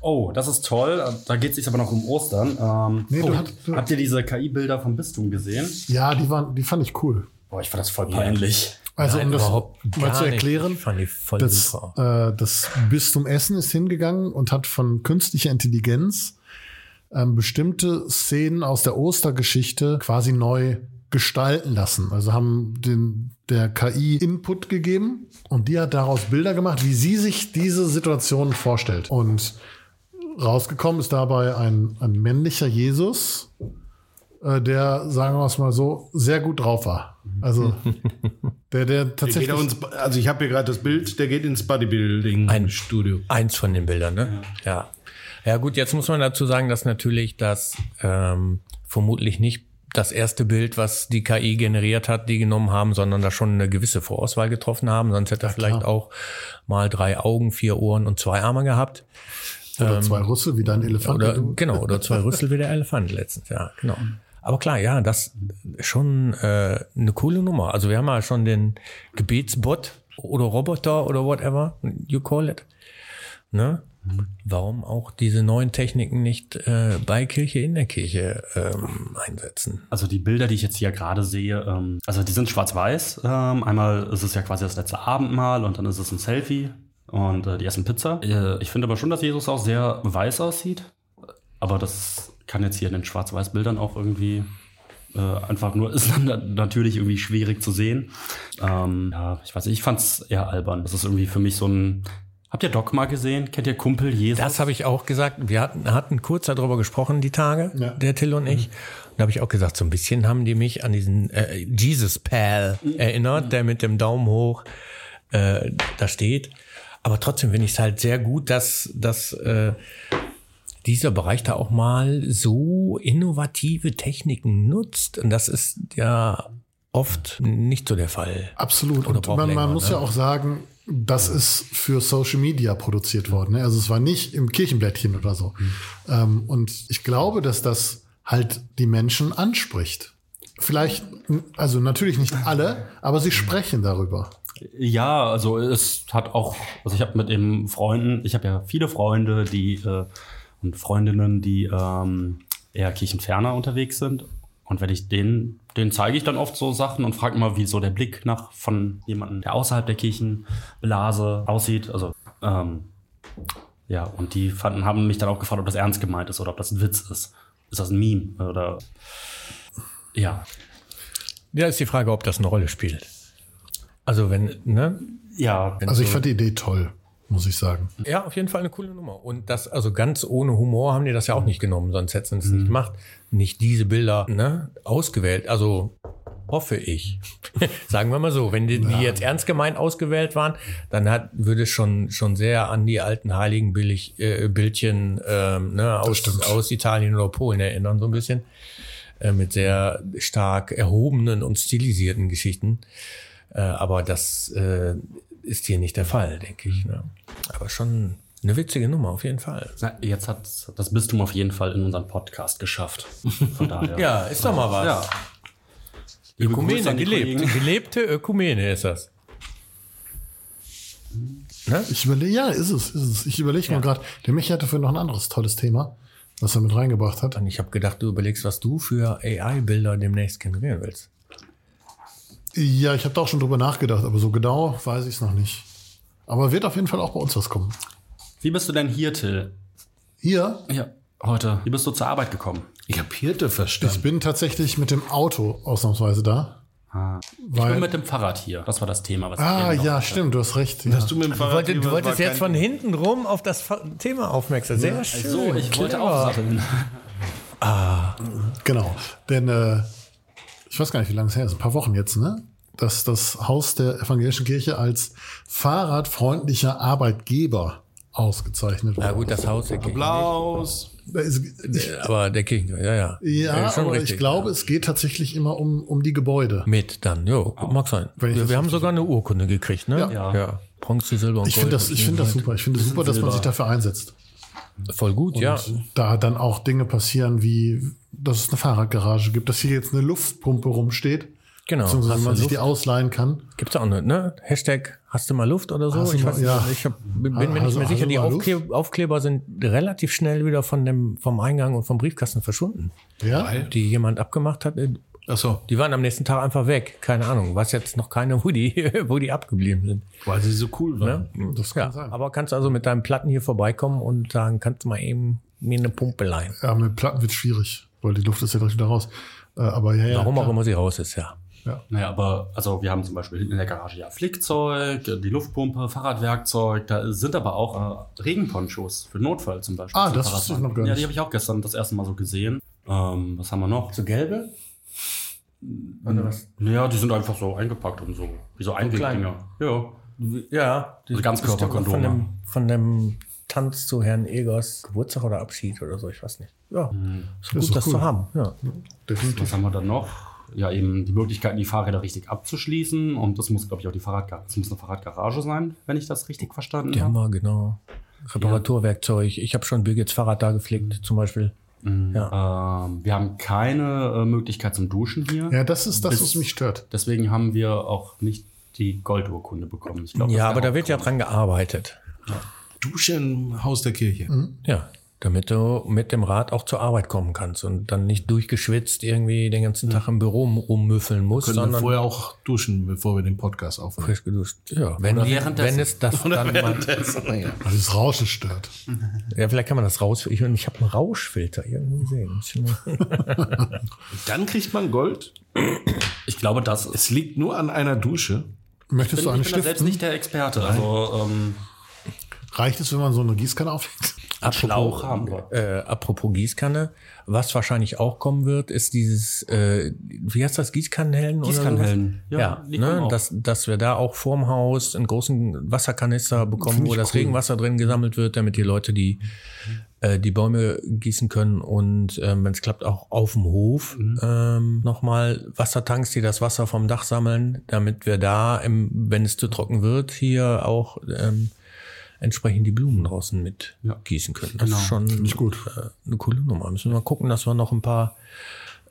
[SPEAKER 3] Oh, das ist toll. Da geht es sich aber noch um Ostern. Ähm,
[SPEAKER 1] Nee, du
[SPEAKER 3] oh,
[SPEAKER 1] hat- du-
[SPEAKER 3] habt ihr diese KI-Bilder vom Bistum gesehen?
[SPEAKER 1] Ja, die, waren, die fand ich cool.
[SPEAKER 3] Boah, ich fand das voll peinlich.
[SPEAKER 1] Also um das mal
[SPEAKER 5] gar
[SPEAKER 1] zu
[SPEAKER 5] nicht.
[SPEAKER 1] erklären,
[SPEAKER 5] Ich fand die voll
[SPEAKER 1] das,
[SPEAKER 5] super.
[SPEAKER 1] äh, das Bistum Essen ist hingegangen und hat von künstlicher Intelligenz ähm, bestimmte Szenen aus der Ostergeschichte quasi neu gestalten lassen. Also haben den, der KI Input gegeben und die hat daraus Bilder gemacht, wie sie sich diese Situation vorstellt. Und rausgekommen ist dabei ein, ein männlicher Jesus, äh, der, sagen wir es mal so, sehr gut drauf war. Also der, der
[SPEAKER 4] Der geht
[SPEAKER 1] tatsächlich.
[SPEAKER 4] auch ins, also ich habe hier gerade das Bild, der geht ins Bodybuilding
[SPEAKER 5] Ein-
[SPEAKER 4] Studio.
[SPEAKER 5] Eins von den Bildern, ne? Ja. Ja, gut, jetzt muss man dazu sagen, dass natürlich das ähm, vermutlich nicht das erste Bild, was die KI generiert hat, die genommen haben, sondern da schon eine gewisse Vorauswahl getroffen haben. Sonst hätte er vielleicht auch mal drei Augen, vier Ohren und zwei Arme gehabt.
[SPEAKER 1] Oder zwei Russe, wie dein Elefant.
[SPEAKER 5] Ähm, Oder,
[SPEAKER 1] Du-
[SPEAKER 5] genau, oder zwei Rüssel wie der Elefant letztens, ja, genau. Aber klar, ja, das ist schon äh, eine coole Nummer. Also wir haben ja schon den Gebetsbot oder Roboter oder whatever you call it. Ne? Warum auch diese neuen Techniken nicht äh, bei Kirche in der Kirche ähm, einsetzen?
[SPEAKER 3] Also die Bilder, die ich jetzt hier gerade sehe, ähm, also die sind schwarz-weiß. Ähm, einmal ist es ja quasi das letzte Abendmahl und dann ist es ein Selfie und äh, die essen Pizza. Äh, ich finde aber schon, dass Jesus auch sehr weiß aussieht. Aber das kann jetzt hier in den schwarz-weiß Bildern auch irgendwie äh, einfach nur, ist dann na- natürlich irgendwie schwierig zu sehen. Ähm, ja, ich weiß nicht, ich fand's eher albern. Das ist irgendwie für mich so ein, habt ihr Dogma gesehen? Kennt ihr Kumpel Jesus?
[SPEAKER 5] Das habe ich auch gesagt. Wir hatten, hatten kurz darüber gesprochen, die Tage,
[SPEAKER 1] Ja.
[SPEAKER 5] der Till und ich. Und da habe ich auch gesagt, so ein bisschen haben die mich an diesen äh, Jesus Pal erinnert, der mit dem Daumen hoch äh, da steht. Aber trotzdem finde ich es halt sehr gut, dass, dass äh, dieser Bereich da auch mal so innovative Techniken nutzt. Und das ist ja oft nicht so der Fall.
[SPEAKER 1] Absolut.
[SPEAKER 5] Oder
[SPEAKER 1] Und
[SPEAKER 5] braucht
[SPEAKER 1] man, man
[SPEAKER 5] länger,
[SPEAKER 1] muss
[SPEAKER 5] ne?
[SPEAKER 1] ja auch sagen, das ist für Social Media produziert worden. Ne? Also es war nicht im Kirchenblättchen oder so.
[SPEAKER 5] Hm.
[SPEAKER 1] Ähm, und ich glaube, dass das halt die Menschen anspricht. Vielleicht, also natürlich nicht alle, aber
[SPEAKER 5] Hm.
[SPEAKER 1] sie sprechen darüber.
[SPEAKER 3] Ja, also es hat auch, also ich habe mit eben Freunden, ich habe ja viele Freunde, die äh, und Freundinnen, die ähm, eher kirchenferner unterwegs sind. Und wenn ich denen, denen zeige ich dann oft so Sachen und frage mal, wie so der Blick nach von jemandem, der außerhalb der Kirchenblase aussieht. Also ähm, ja, und die fanden, haben mich dann auch gefragt, ob das ernst gemeint ist oder ob das ein Witz ist. Ist das ein Meme oder ja.
[SPEAKER 5] Ja, ist die Frage, ob das eine Rolle spielt. Also wenn, ne,
[SPEAKER 3] Ja,
[SPEAKER 1] Also ich fand die Idee toll, muss ich sagen.
[SPEAKER 5] Ja, auf jeden Fall eine coole Nummer. Und das, also ganz ohne Humor haben die das ja auch nicht genommen, sonst hätten sie es nicht gemacht. Nicht diese Bilder ne, ausgewählt. Also hoffe ich. Sagen wir mal so, wenn die, die jetzt ernst gemeint ausgewählt waren, dann hat, würde es schon, schon sehr an die alten heiligen Billig, äh, Bildchen ähm, ne, aus, aus Italien oder Polen erinnern, so ein bisschen. Äh, mit sehr stark erhobenen und stilisierten Geschichten. Äh, aber das äh, ist hier nicht der Fall, denke ich. Ne? Aber schon eine witzige Nummer, auf jeden Fall.
[SPEAKER 3] Na, jetzt hat das Bistum auf jeden Fall in unseren Podcast geschafft. Von daher.
[SPEAKER 5] Ja, ist doch mal was.
[SPEAKER 3] Ja. Liebe Grüße
[SPEAKER 5] Ökumene,
[SPEAKER 3] an die
[SPEAKER 5] gelebt.
[SPEAKER 3] Kollegen.
[SPEAKER 5] Gelebte Ökumene ist das.
[SPEAKER 1] Ich überlege, ja, ist es, ist es. Ich überlege mal gerade, der Michi hatte vorhin noch ein anderes tolles Thema, was er mit reingebracht hat.
[SPEAKER 5] Und ich habe gedacht, du überlegst, was du für AI-Bilder demnächst generieren willst.
[SPEAKER 1] Ja, ich habe da auch schon drüber nachgedacht, aber so genau weiß ich es noch nicht. Aber wird auf jeden Fall auch bei uns was kommen.
[SPEAKER 3] Wie bist du denn hier, Till?
[SPEAKER 1] Hier
[SPEAKER 3] Ja, heute. Wie bist du zur Arbeit gekommen?
[SPEAKER 4] Ich habe Hirte
[SPEAKER 1] Ich
[SPEAKER 4] verstanden.
[SPEAKER 1] bin tatsächlich mit dem Auto ausnahmsweise da.
[SPEAKER 3] Ich
[SPEAKER 1] Weil,
[SPEAKER 3] bin mit dem Fahrrad hier. Das war das Thema, was
[SPEAKER 1] ah,
[SPEAKER 3] eben noch-
[SPEAKER 1] ja, stimmt, du hast recht. Ja.
[SPEAKER 4] Hast du mit dem Fahrrad
[SPEAKER 5] Wollte, du
[SPEAKER 4] lieber-
[SPEAKER 5] wolltest
[SPEAKER 4] war
[SPEAKER 5] jetzt
[SPEAKER 4] kein-
[SPEAKER 5] von hinten rum auf das Fa- Thema aufmerksam. Sehr schön.
[SPEAKER 3] So, ich wollte
[SPEAKER 5] clever.
[SPEAKER 3] auch satteln.
[SPEAKER 1] Genau. Denn äh, ich weiß gar nicht, wie lange es her ist, ein paar Wochen jetzt, ne? Dass das Haus der evangelischen Kirche als fahrradfreundlicher Arbeitgeber ausgezeichnet wurde.
[SPEAKER 5] Na gut, das Haus. Okay.
[SPEAKER 4] Applaus.
[SPEAKER 1] Ich,
[SPEAKER 5] aber der Kirchen, ja, ja.
[SPEAKER 1] ja,
[SPEAKER 5] schon
[SPEAKER 1] aber ich
[SPEAKER 5] richtig,
[SPEAKER 1] glaube, es geht tatsächlich immer um, um die Gebäude.
[SPEAKER 5] Mit dann, jo, mag sein.
[SPEAKER 1] Wenn ich
[SPEAKER 5] Wir,
[SPEAKER 1] das
[SPEAKER 5] wir haben sogar eine Urkunde gekriegt, ne?
[SPEAKER 1] Ja.
[SPEAKER 5] ja. Bronze, Silber und
[SPEAKER 1] Ich
[SPEAKER 5] Gold.
[SPEAKER 1] finde das, ich finde das super. Ich finde es super, dass man sich dafür einsetzt.
[SPEAKER 5] Voll gut, ja.
[SPEAKER 1] Da dann auch Dinge passieren, wie, dass es eine Fahrradgarage gibt, dass hier jetzt eine Luftpumpe rumsteht,
[SPEAKER 5] Genau.
[SPEAKER 1] beziehungsweise
[SPEAKER 5] Hast
[SPEAKER 1] man
[SPEAKER 5] du
[SPEAKER 1] sich
[SPEAKER 5] Luft?
[SPEAKER 1] die ausleihen kann.
[SPEAKER 5] Gibt's auch nicht, ne? Hashtag hast du mal Luft oder so?
[SPEAKER 1] Hast du
[SPEAKER 5] Ich
[SPEAKER 1] mal-
[SPEAKER 5] weiß nicht,
[SPEAKER 1] ja.
[SPEAKER 5] ich hab, bin mir
[SPEAKER 1] Ha-
[SPEAKER 5] nicht
[SPEAKER 1] hast du-
[SPEAKER 5] mehr
[SPEAKER 1] hast
[SPEAKER 5] sicher.
[SPEAKER 1] du
[SPEAKER 5] Die
[SPEAKER 1] mal Luft?
[SPEAKER 5] Aufkleber, Aufkleber sind relativ schnell wieder von dem, vom Eingang und vom Briefkasten verschwunden,
[SPEAKER 1] Ja,
[SPEAKER 5] die jemand abgemacht hat. äh,
[SPEAKER 4] Ach so,
[SPEAKER 5] Die waren am nächsten Tag einfach weg. Keine Ahnung. Was jetzt noch keine, wo die, wo die abgeblieben sind.
[SPEAKER 4] weil sie so cool waren.
[SPEAKER 5] Ne?
[SPEAKER 1] das kann
[SPEAKER 5] Ja,
[SPEAKER 1] sein.
[SPEAKER 5] aber kannst also mit deinen Platten hier vorbeikommen und sagen, kannst du mal eben mir eine Pumpe leihen.
[SPEAKER 1] Ja, mit Platten wird schwierig, weil die Luft ist ja direkt wieder raus. Äh, Aber ja, ja.
[SPEAKER 5] Warum
[SPEAKER 1] klar.
[SPEAKER 5] auch immer sie raus ist, ja.
[SPEAKER 3] Naja, aber also wir haben zum Beispiel hinten in der Garage ja Flickzeug, die Luftpumpe, Fahrradwerkzeug, da sind aber auch äh, Regenponchos für Notfall zum Beispiel.
[SPEAKER 1] Ah,
[SPEAKER 3] zum
[SPEAKER 1] das wusste ich
[SPEAKER 3] Fahrradfahren.
[SPEAKER 1] noch gar nicht.
[SPEAKER 3] Ja, die habe ich auch gestern das erste Mal so gesehen. Ähm, was haben wir noch? So gelbe? Oder was? Ja, die sind einfach so eingepackt und so. Wie so Einwegdinger. Ja.
[SPEAKER 5] Ja, die
[SPEAKER 3] Also
[SPEAKER 5] Von
[SPEAKER 3] Ganzkörperkondome.
[SPEAKER 5] dem, von dem Tanz zu Herrn Egers Geburtstag oder Abschied oder so, ich weiß nicht. Ja, ist gut,
[SPEAKER 1] doch
[SPEAKER 5] das
[SPEAKER 1] cool.
[SPEAKER 5] zu haben. Ja.
[SPEAKER 1] Definitiv.
[SPEAKER 3] Was haben wir dann noch? Ja, eben die Möglichkeiten, die Fahrräder richtig abzuschließen. Und das muss, glaube ich, auch die Fahrradgarage. Das muss eine Fahrradgarage sein, wenn ich das richtig verstanden
[SPEAKER 5] Die haben
[SPEAKER 3] habe.
[SPEAKER 5] wir, genau. Reparaturwerkzeug. Ich habe schon Birgits Fahrrad da gepflegt, zum Beispiel. Ja.
[SPEAKER 3] Ähm, wir haben keine äh, Möglichkeit zum Duschen hier.
[SPEAKER 1] Ja, das ist das,
[SPEAKER 3] Bis-
[SPEAKER 1] was mich stört.
[SPEAKER 3] Deswegen haben wir auch nicht die Goldurkunde bekommen. Ich glaub, das
[SPEAKER 5] ja,
[SPEAKER 3] wäre
[SPEAKER 5] aber da wird ja
[SPEAKER 3] auch-
[SPEAKER 5] dran gearbeitet.
[SPEAKER 4] Dusche im Haus der Kirche.
[SPEAKER 5] Mhm. Ja, damit du mit dem Rad auch zur Arbeit kommen kannst und dann nicht durchgeschwitzt irgendwie den ganzen Tag im Büro rummüffeln musst,
[SPEAKER 4] Können wir
[SPEAKER 5] sondern
[SPEAKER 4] vorher auch duschen, bevor wir den Podcast aufnehmen.
[SPEAKER 5] frisch geduscht. Ja, wenn,
[SPEAKER 3] währenddessen.
[SPEAKER 5] wenn es das dann mal,
[SPEAKER 1] Weil dieses Also Rauschen stört.
[SPEAKER 5] Ja, vielleicht kann man das rausfiltern. Ich, ich habe einen Rauschfilter irgendwie gesehen. Muss ich mal-
[SPEAKER 4] Dann kriegt man Gold.
[SPEAKER 3] Ich glaube, das ist.
[SPEAKER 4] Es liegt nur an einer Dusche.
[SPEAKER 1] Möchtest
[SPEAKER 3] Ich
[SPEAKER 1] du
[SPEAKER 3] bin
[SPEAKER 1] eine
[SPEAKER 3] da selbst
[SPEAKER 1] stiften?
[SPEAKER 3] nicht der Experte. Also, ähm,
[SPEAKER 1] Reicht es, wenn man so eine Gießkanne auflegt?
[SPEAKER 3] Schlauch haben wir.
[SPEAKER 5] Äh, apropos Gießkanne, was wahrscheinlich auch kommen wird, ist dieses, äh, wie heißt das, Gießkannenhelden? oder
[SPEAKER 3] Gießkannenhelden.
[SPEAKER 5] sowas?
[SPEAKER 3] Ja,
[SPEAKER 5] Ja,
[SPEAKER 3] liegt man
[SPEAKER 5] ne?
[SPEAKER 3] auch.
[SPEAKER 5] dass, dass wir da auch vorm Haus einen großen Wasserkanister
[SPEAKER 3] Hm,
[SPEAKER 5] bekommen, wo das Regenwasser drin gesammelt wird, damit die Leute die,
[SPEAKER 3] Mhm.
[SPEAKER 5] äh, die Bäume gießen können und ähm, wenn es klappt, auch auf dem Hof
[SPEAKER 3] Mhm.
[SPEAKER 5] ähm, nochmal Wassertanks, die das Wasser vom Dach sammeln, damit wir da, im, wenn es zu trocken wird, hier auch... Ähm, entsprechend die Blumen draußen mit
[SPEAKER 3] Ja. Genau.
[SPEAKER 5] gießen können. Das ist schon
[SPEAKER 1] gut.
[SPEAKER 5] Äh, eine coole Nummer. Müssen wir mal gucken, dass wir noch ein paar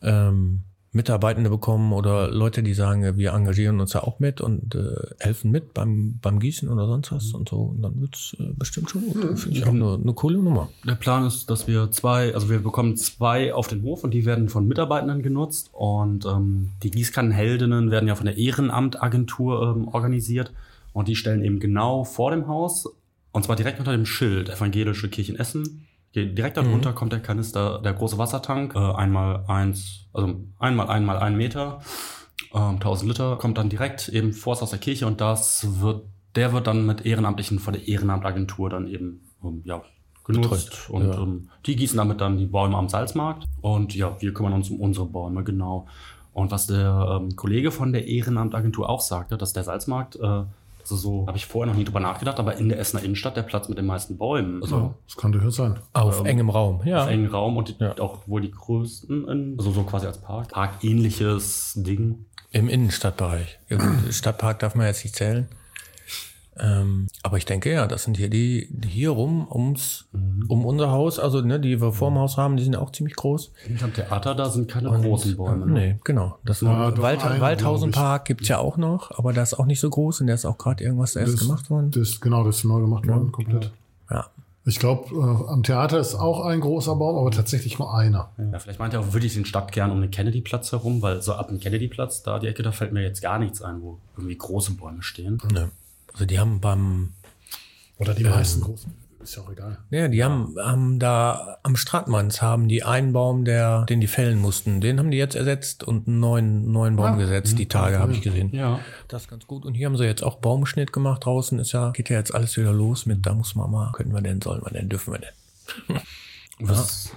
[SPEAKER 5] ähm, Mitarbeitende bekommen oder Leute, die sagen, äh, wir engagieren uns da auch mit und äh, helfen mit beim, beim Gießen oder sonst was und so. Und dann wird's äh, bestimmt schon gut. Finde ich auch eine, eine coole Nummer.
[SPEAKER 3] Der Plan ist, dass wir zwei, also wir bekommen zwei auf den Hof und die werden von Mitarbeitenden genutzt und ähm, die Gießkannenheldinnen werden ja von der Ehrenamtagentur ähm, organisiert und die stellen eben genau vor dem Haus und zwar direkt unter dem Schild Evangelische Kirche in Essen. Ge- Direkt darunter kommt der Kanister, der große Wassertank, äh, einmal eins, also einmal einmal ein Meter, ähm, 1000 Liter, kommt dann direkt eben vor das Haus der Kirche und das wird, der wird dann mit Ehrenamtlichen von der Ehrenamtagentur dann eben, ähm, ja, genutzt. Und ähm, die gießen damit dann die Bäume am Salzmarkt. Und ja, wir kümmern uns um unsere Bäume, genau. Und was der ähm, Kollege von der Ehrenamtagentur auch sagte, dass der Salzmarkt, äh, das ist so, habe ich vorher noch nie drüber nachgedacht, aber in der Essener Innenstadt der Platz mit den meisten Bäumen. Also
[SPEAKER 1] Ja, das kann durchaus sein.
[SPEAKER 5] Ähm, Auf engem Raum. Ja.
[SPEAKER 3] auf engen Raum und die,
[SPEAKER 5] Ja.
[SPEAKER 3] auch wohl die größten, in, also so quasi als Park. Parkähnliches Ding.
[SPEAKER 5] Im Innenstadtbereich. Ja, gut, Stadtpark darf man jetzt nicht zählen. Ähm, aber ich denke ja, das sind hier die, die hier rum, ums, um unser Haus, also ne, die wir vorm Haus haben, die sind auch ziemlich groß.
[SPEAKER 3] Hinterm Theater, da sind keine großen Bäume. ne?
[SPEAKER 5] Nee, genau. Das
[SPEAKER 1] Ja, doch,
[SPEAKER 5] Wald,
[SPEAKER 1] einen,
[SPEAKER 5] Waldhausenpark gibt's ja auch noch, aber der ist auch nicht so groß und der ist auch gerade irgendwas erst
[SPEAKER 1] Das-
[SPEAKER 5] gemacht worden.
[SPEAKER 1] Das, genau, das ist neu gemacht worden, komplett.
[SPEAKER 5] Ja.
[SPEAKER 1] Ich glaube, äh, am Theater ist auch ein großer Baum, aber tatsächlich nur einer.
[SPEAKER 3] Ja, vielleicht meint er auch wirklich den Stadtkern um den Kennedyplatz herum, weil so ab dem Kennedyplatz, da die Ecke, da fällt mir jetzt gar nichts ein, wo irgendwie große Bäume stehen.
[SPEAKER 5] Ne. Also die haben beim,
[SPEAKER 1] Oder die meisten großen. Ist ja auch egal.
[SPEAKER 5] ja, die haben, haben da am Stratmanns haben die einen Baum, der, den die fällen mussten, den haben die jetzt ersetzt und einen neuen, neuen
[SPEAKER 1] Ah.
[SPEAKER 5] Baum gesetzt, die Tage habe ich gesehen.
[SPEAKER 3] Ja.
[SPEAKER 5] Das ist ganz gut. Und hier haben sie jetzt auch Baumschnitt gemacht. Draußen ist ja, geht ja jetzt alles wieder los mit, da muss man mal, können wir denn, sollen wir denn, dürfen wir denn.
[SPEAKER 3] Was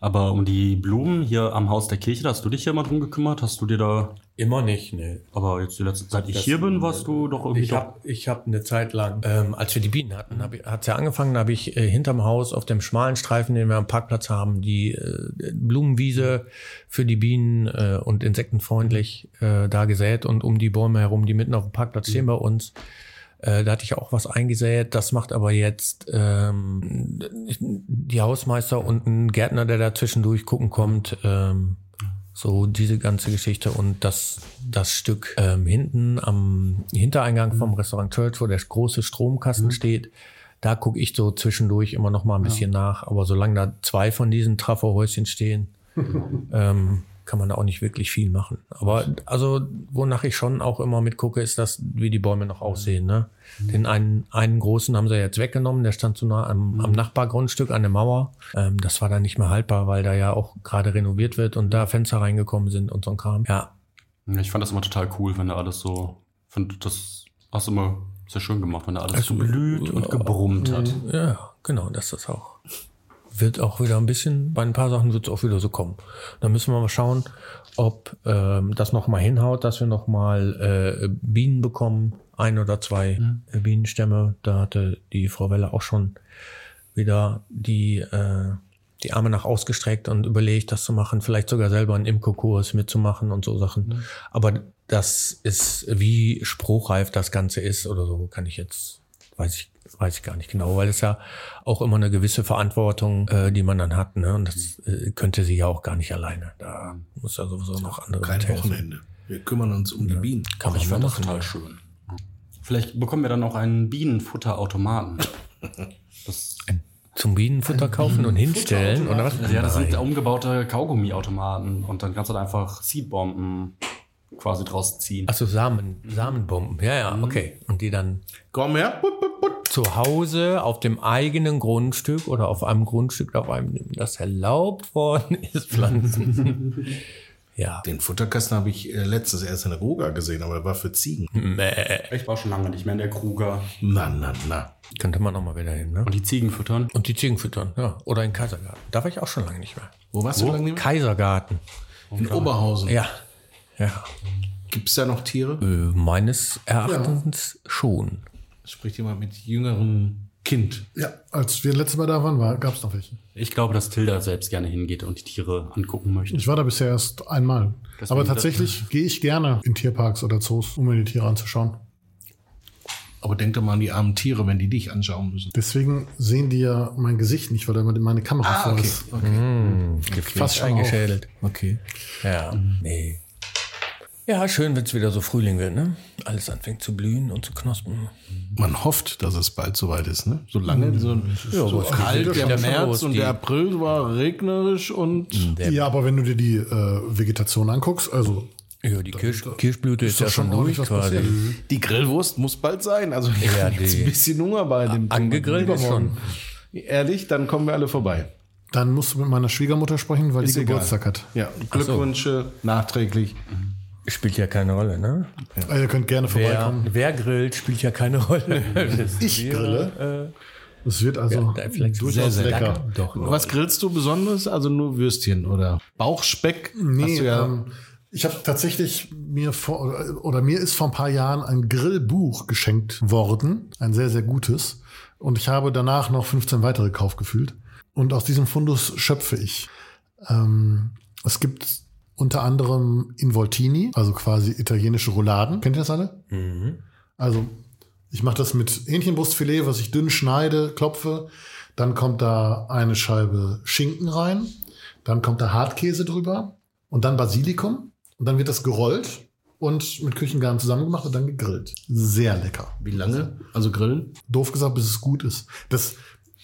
[SPEAKER 3] Aber um die Blumen hier am Haus der Kirche, da hast du dich ja mal drum gekümmert? Hast du dir da.
[SPEAKER 5] Immer nicht, ne.
[SPEAKER 3] Aber jetzt die letzte, seit ich hier bin, warst du doch irgendwie
[SPEAKER 5] Ich
[SPEAKER 3] doch.
[SPEAKER 5] habe ich hab eine Zeit lang, ähm, als wir die Bienen hatten, hab ich, hat's ja angefangen, da habe ich äh, hinterm Haus auf dem schmalen Streifen, den wir am Parkplatz haben, die äh, Blumenwiese für die Bienen äh, und insektenfreundlich äh, da gesät und um die Bäume herum, die mitten auf dem Parkplatz stehen bei uns. Äh, da hatte ich auch was eingesät. Das macht aber jetzt ähm, die Hausmeister und ein Gärtner, der da zwischendurch gucken kommt. Ähm, so diese ganze Geschichte und das, das Stück ähm, hinten am Hintereingang vom Restaurant Church, wo der große Stromkasten steht, da gucke ich so zwischendurch immer noch mal ein bisschen nach. Aber solange da zwei von diesen Trafo-Häuschen stehen, ähm, kann man da auch nicht wirklich viel machen. Aber also, wonach ich schon auch immer mitgucke, ist das, wie die Bäume noch aussehen. Ne? Den einen, einen großen haben sie jetzt weggenommen, der stand so nah am, am Nachbargrundstück an der Mauer. Ähm, das war dann nicht mehr haltbar, weil da ja auch gerade renoviert wird und da Fenster reingekommen sind und so ein Kram. Ja,
[SPEAKER 3] Ich fand das immer total cool, wenn da alles so. Fand das hast du immer sehr schön gemacht, wenn da alles
[SPEAKER 5] Also,
[SPEAKER 3] so blüht und gebrummt hat.
[SPEAKER 5] ja, genau, das ist auch. Wird auch wieder ein bisschen, bei ein paar Sachen wird es auch wieder so kommen. Da müssen wir mal schauen, ob ähm, das nochmal hinhaut, dass wir nochmal äh, Bienen bekommen, ein oder zwei äh, Bienenstämme. Da hatte die Frau Welle auch schon wieder die, äh, die Arme nach ausgestreckt und überlegt, das zu machen, vielleicht sogar selber einen Imkokurs mitzumachen und so Sachen.
[SPEAKER 3] Mhm.
[SPEAKER 5] Aber das ist, wie spruchreif das Ganze ist oder so, kann ich jetzt, weiß ich, weiß ich gar nicht genau, weil es ja auch immer eine gewisse Verantwortung, äh, die man dann hat, ne? Und das äh, könnte sie ja auch gar nicht alleine. Da muss ja sowieso noch andere
[SPEAKER 4] Kein
[SPEAKER 5] mithelfen.
[SPEAKER 4] Wochenende. Wir kümmern uns um die Bienen.
[SPEAKER 5] Kann man
[SPEAKER 3] Ich
[SPEAKER 5] mal
[SPEAKER 3] fand das
[SPEAKER 5] machen.
[SPEAKER 3] total schön. Vielleicht bekommen wir dann auch einen Bienenfutterautomaten. Das,
[SPEAKER 5] Zum Bienenfutter kaufen und hinstellen oder was?
[SPEAKER 3] Also ja, das sind umgebaute Kaugummiautomaten und dann kannst du da einfach Seedbomben quasi draus ziehen.
[SPEAKER 5] Achso, Samen, Samenbomben. Ja,
[SPEAKER 3] Mhm.
[SPEAKER 5] ja, okay. Und die dann
[SPEAKER 4] Komm her. Bup, bup, bup.
[SPEAKER 5] zu Hause auf dem eigenen Grundstück oder auf einem Grundstück, auf einem, das erlaubt worden ist, pflanzen. ja.
[SPEAKER 4] Den Futterkasten habe ich äh, letztens erst in der Goga gesehen, aber er war für Ziegen.
[SPEAKER 3] Ich war schon lange nicht mehr in der Kruger.
[SPEAKER 4] Na, na, na.
[SPEAKER 5] Könnte man auch mal wieder hin, ne?
[SPEAKER 3] Und die Ziegen füttern.
[SPEAKER 5] Und die Ziegen füttern, ja. Oder in Kaisergarten. Da war ich auch schon lange nicht mehr.
[SPEAKER 4] Wo warst du lange nicht mehr?
[SPEAKER 5] Kaisergarten.
[SPEAKER 4] In Oberhausen.
[SPEAKER 5] Ja. Ja.
[SPEAKER 4] Gibt es da noch Tiere?
[SPEAKER 5] Äh, meines Erachtens schon.
[SPEAKER 4] Spricht jemand mit jüngerem Kind?
[SPEAKER 1] Ja, als wir letztes Mal da waren, war, gab es noch welche.
[SPEAKER 3] Ich glaube, dass Tilda selbst gerne hingeht und die Tiere angucken möchte.
[SPEAKER 1] Ich war da bisher erst einmal.
[SPEAKER 3] Das
[SPEAKER 1] Aber
[SPEAKER 3] klingt-
[SPEAKER 1] tatsächlich gehe ich gerne in Tierparks oder Zoos, um mir die Tiere anzuschauen.
[SPEAKER 4] Aber denk doch mal an die armen Tiere, wenn die dich anschauen müssen.
[SPEAKER 1] Deswegen sehen die ja mein Gesicht nicht, weil da meine Kamera
[SPEAKER 5] Ah,
[SPEAKER 1] voll ist. Fast schon Mhm.
[SPEAKER 5] eingeschädelt.
[SPEAKER 4] Okay.
[SPEAKER 5] Ja. Nee. Ja, schön, wenn es wieder so Frühling wird, ne? Alles anfängt zu blühen und zu knospen.
[SPEAKER 4] Man hofft, dass es bald soweit ist, ne? Solange so, so
[SPEAKER 5] aber es geht Hm. ja
[SPEAKER 4] kalt der
[SPEAKER 5] schon
[SPEAKER 4] März
[SPEAKER 5] los,
[SPEAKER 4] und
[SPEAKER 5] die- Hm.
[SPEAKER 4] der April war regnerisch und
[SPEAKER 1] Ja, aber wenn du dir die äh, Vegetation anguckst, also
[SPEAKER 5] Ja, die Kirsch, Kirschblüte ist, ja
[SPEAKER 1] doch
[SPEAKER 5] schon
[SPEAKER 1] schon ordentlich
[SPEAKER 5] durch
[SPEAKER 1] was
[SPEAKER 5] quasi.
[SPEAKER 1] passiert.
[SPEAKER 4] die Grillwurst muss bald sein. Also ich
[SPEAKER 5] Ja,
[SPEAKER 4] hab jetzt
[SPEAKER 5] die-
[SPEAKER 4] ein bisschen Hunger bei dem
[SPEAKER 5] angegrillt ist
[SPEAKER 4] Übermorgen. Ehrlich, dann kommen wir alle vorbei.
[SPEAKER 1] dann musst du mit meiner Schwiegermutter sprechen, weil die
[SPEAKER 4] egal.
[SPEAKER 1] Geburtstag hat.
[SPEAKER 4] Ja, Glückwünsche nachträglich.
[SPEAKER 5] Spielt ja keine Rolle, ne?
[SPEAKER 1] Äh, ihr könnt gerne vorbeikommen.
[SPEAKER 5] Wer, wer grillt, spielt ja keine Rolle.
[SPEAKER 1] Ich grille. Es wird also
[SPEAKER 5] Äh, da vielleicht
[SPEAKER 1] durchaus
[SPEAKER 5] sehr, sehr
[SPEAKER 1] lecker.
[SPEAKER 5] lecker. Doch,
[SPEAKER 4] Was grillst du besonders? Also nur Würstchen oder Bauchspeck?
[SPEAKER 1] Nee,
[SPEAKER 4] Hast du ja
[SPEAKER 1] ähm, ich habe tatsächlich mir vor oder- oder mir ist vor ein paar Jahren ein Grillbuch geschenkt worden, ein sehr sehr gutes und ich habe danach noch 15 weitere gekauft gefühlt und aus diesem Fundus schöpfe ich. Ähm, es gibt unter anderem Involtini, also quasi italienische Rouladen. Kennt ihr das alle?
[SPEAKER 5] Mhm.
[SPEAKER 1] Also ich mache das mit Hähnchenbrustfilet, was ich dünn schneide, klopfe. Dann kommt da eine Scheibe Schinken rein. Dann kommt da Hartkäse drüber. Und dann Basilikum. Und dann wird das gerollt und mit Küchengaren zusammengemacht und dann gegrillt. Sehr lecker.
[SPEAKER 4] wie lange? Also grillen?
[SPEAKER 1] Doof gesagt, bis es gut ist. Das,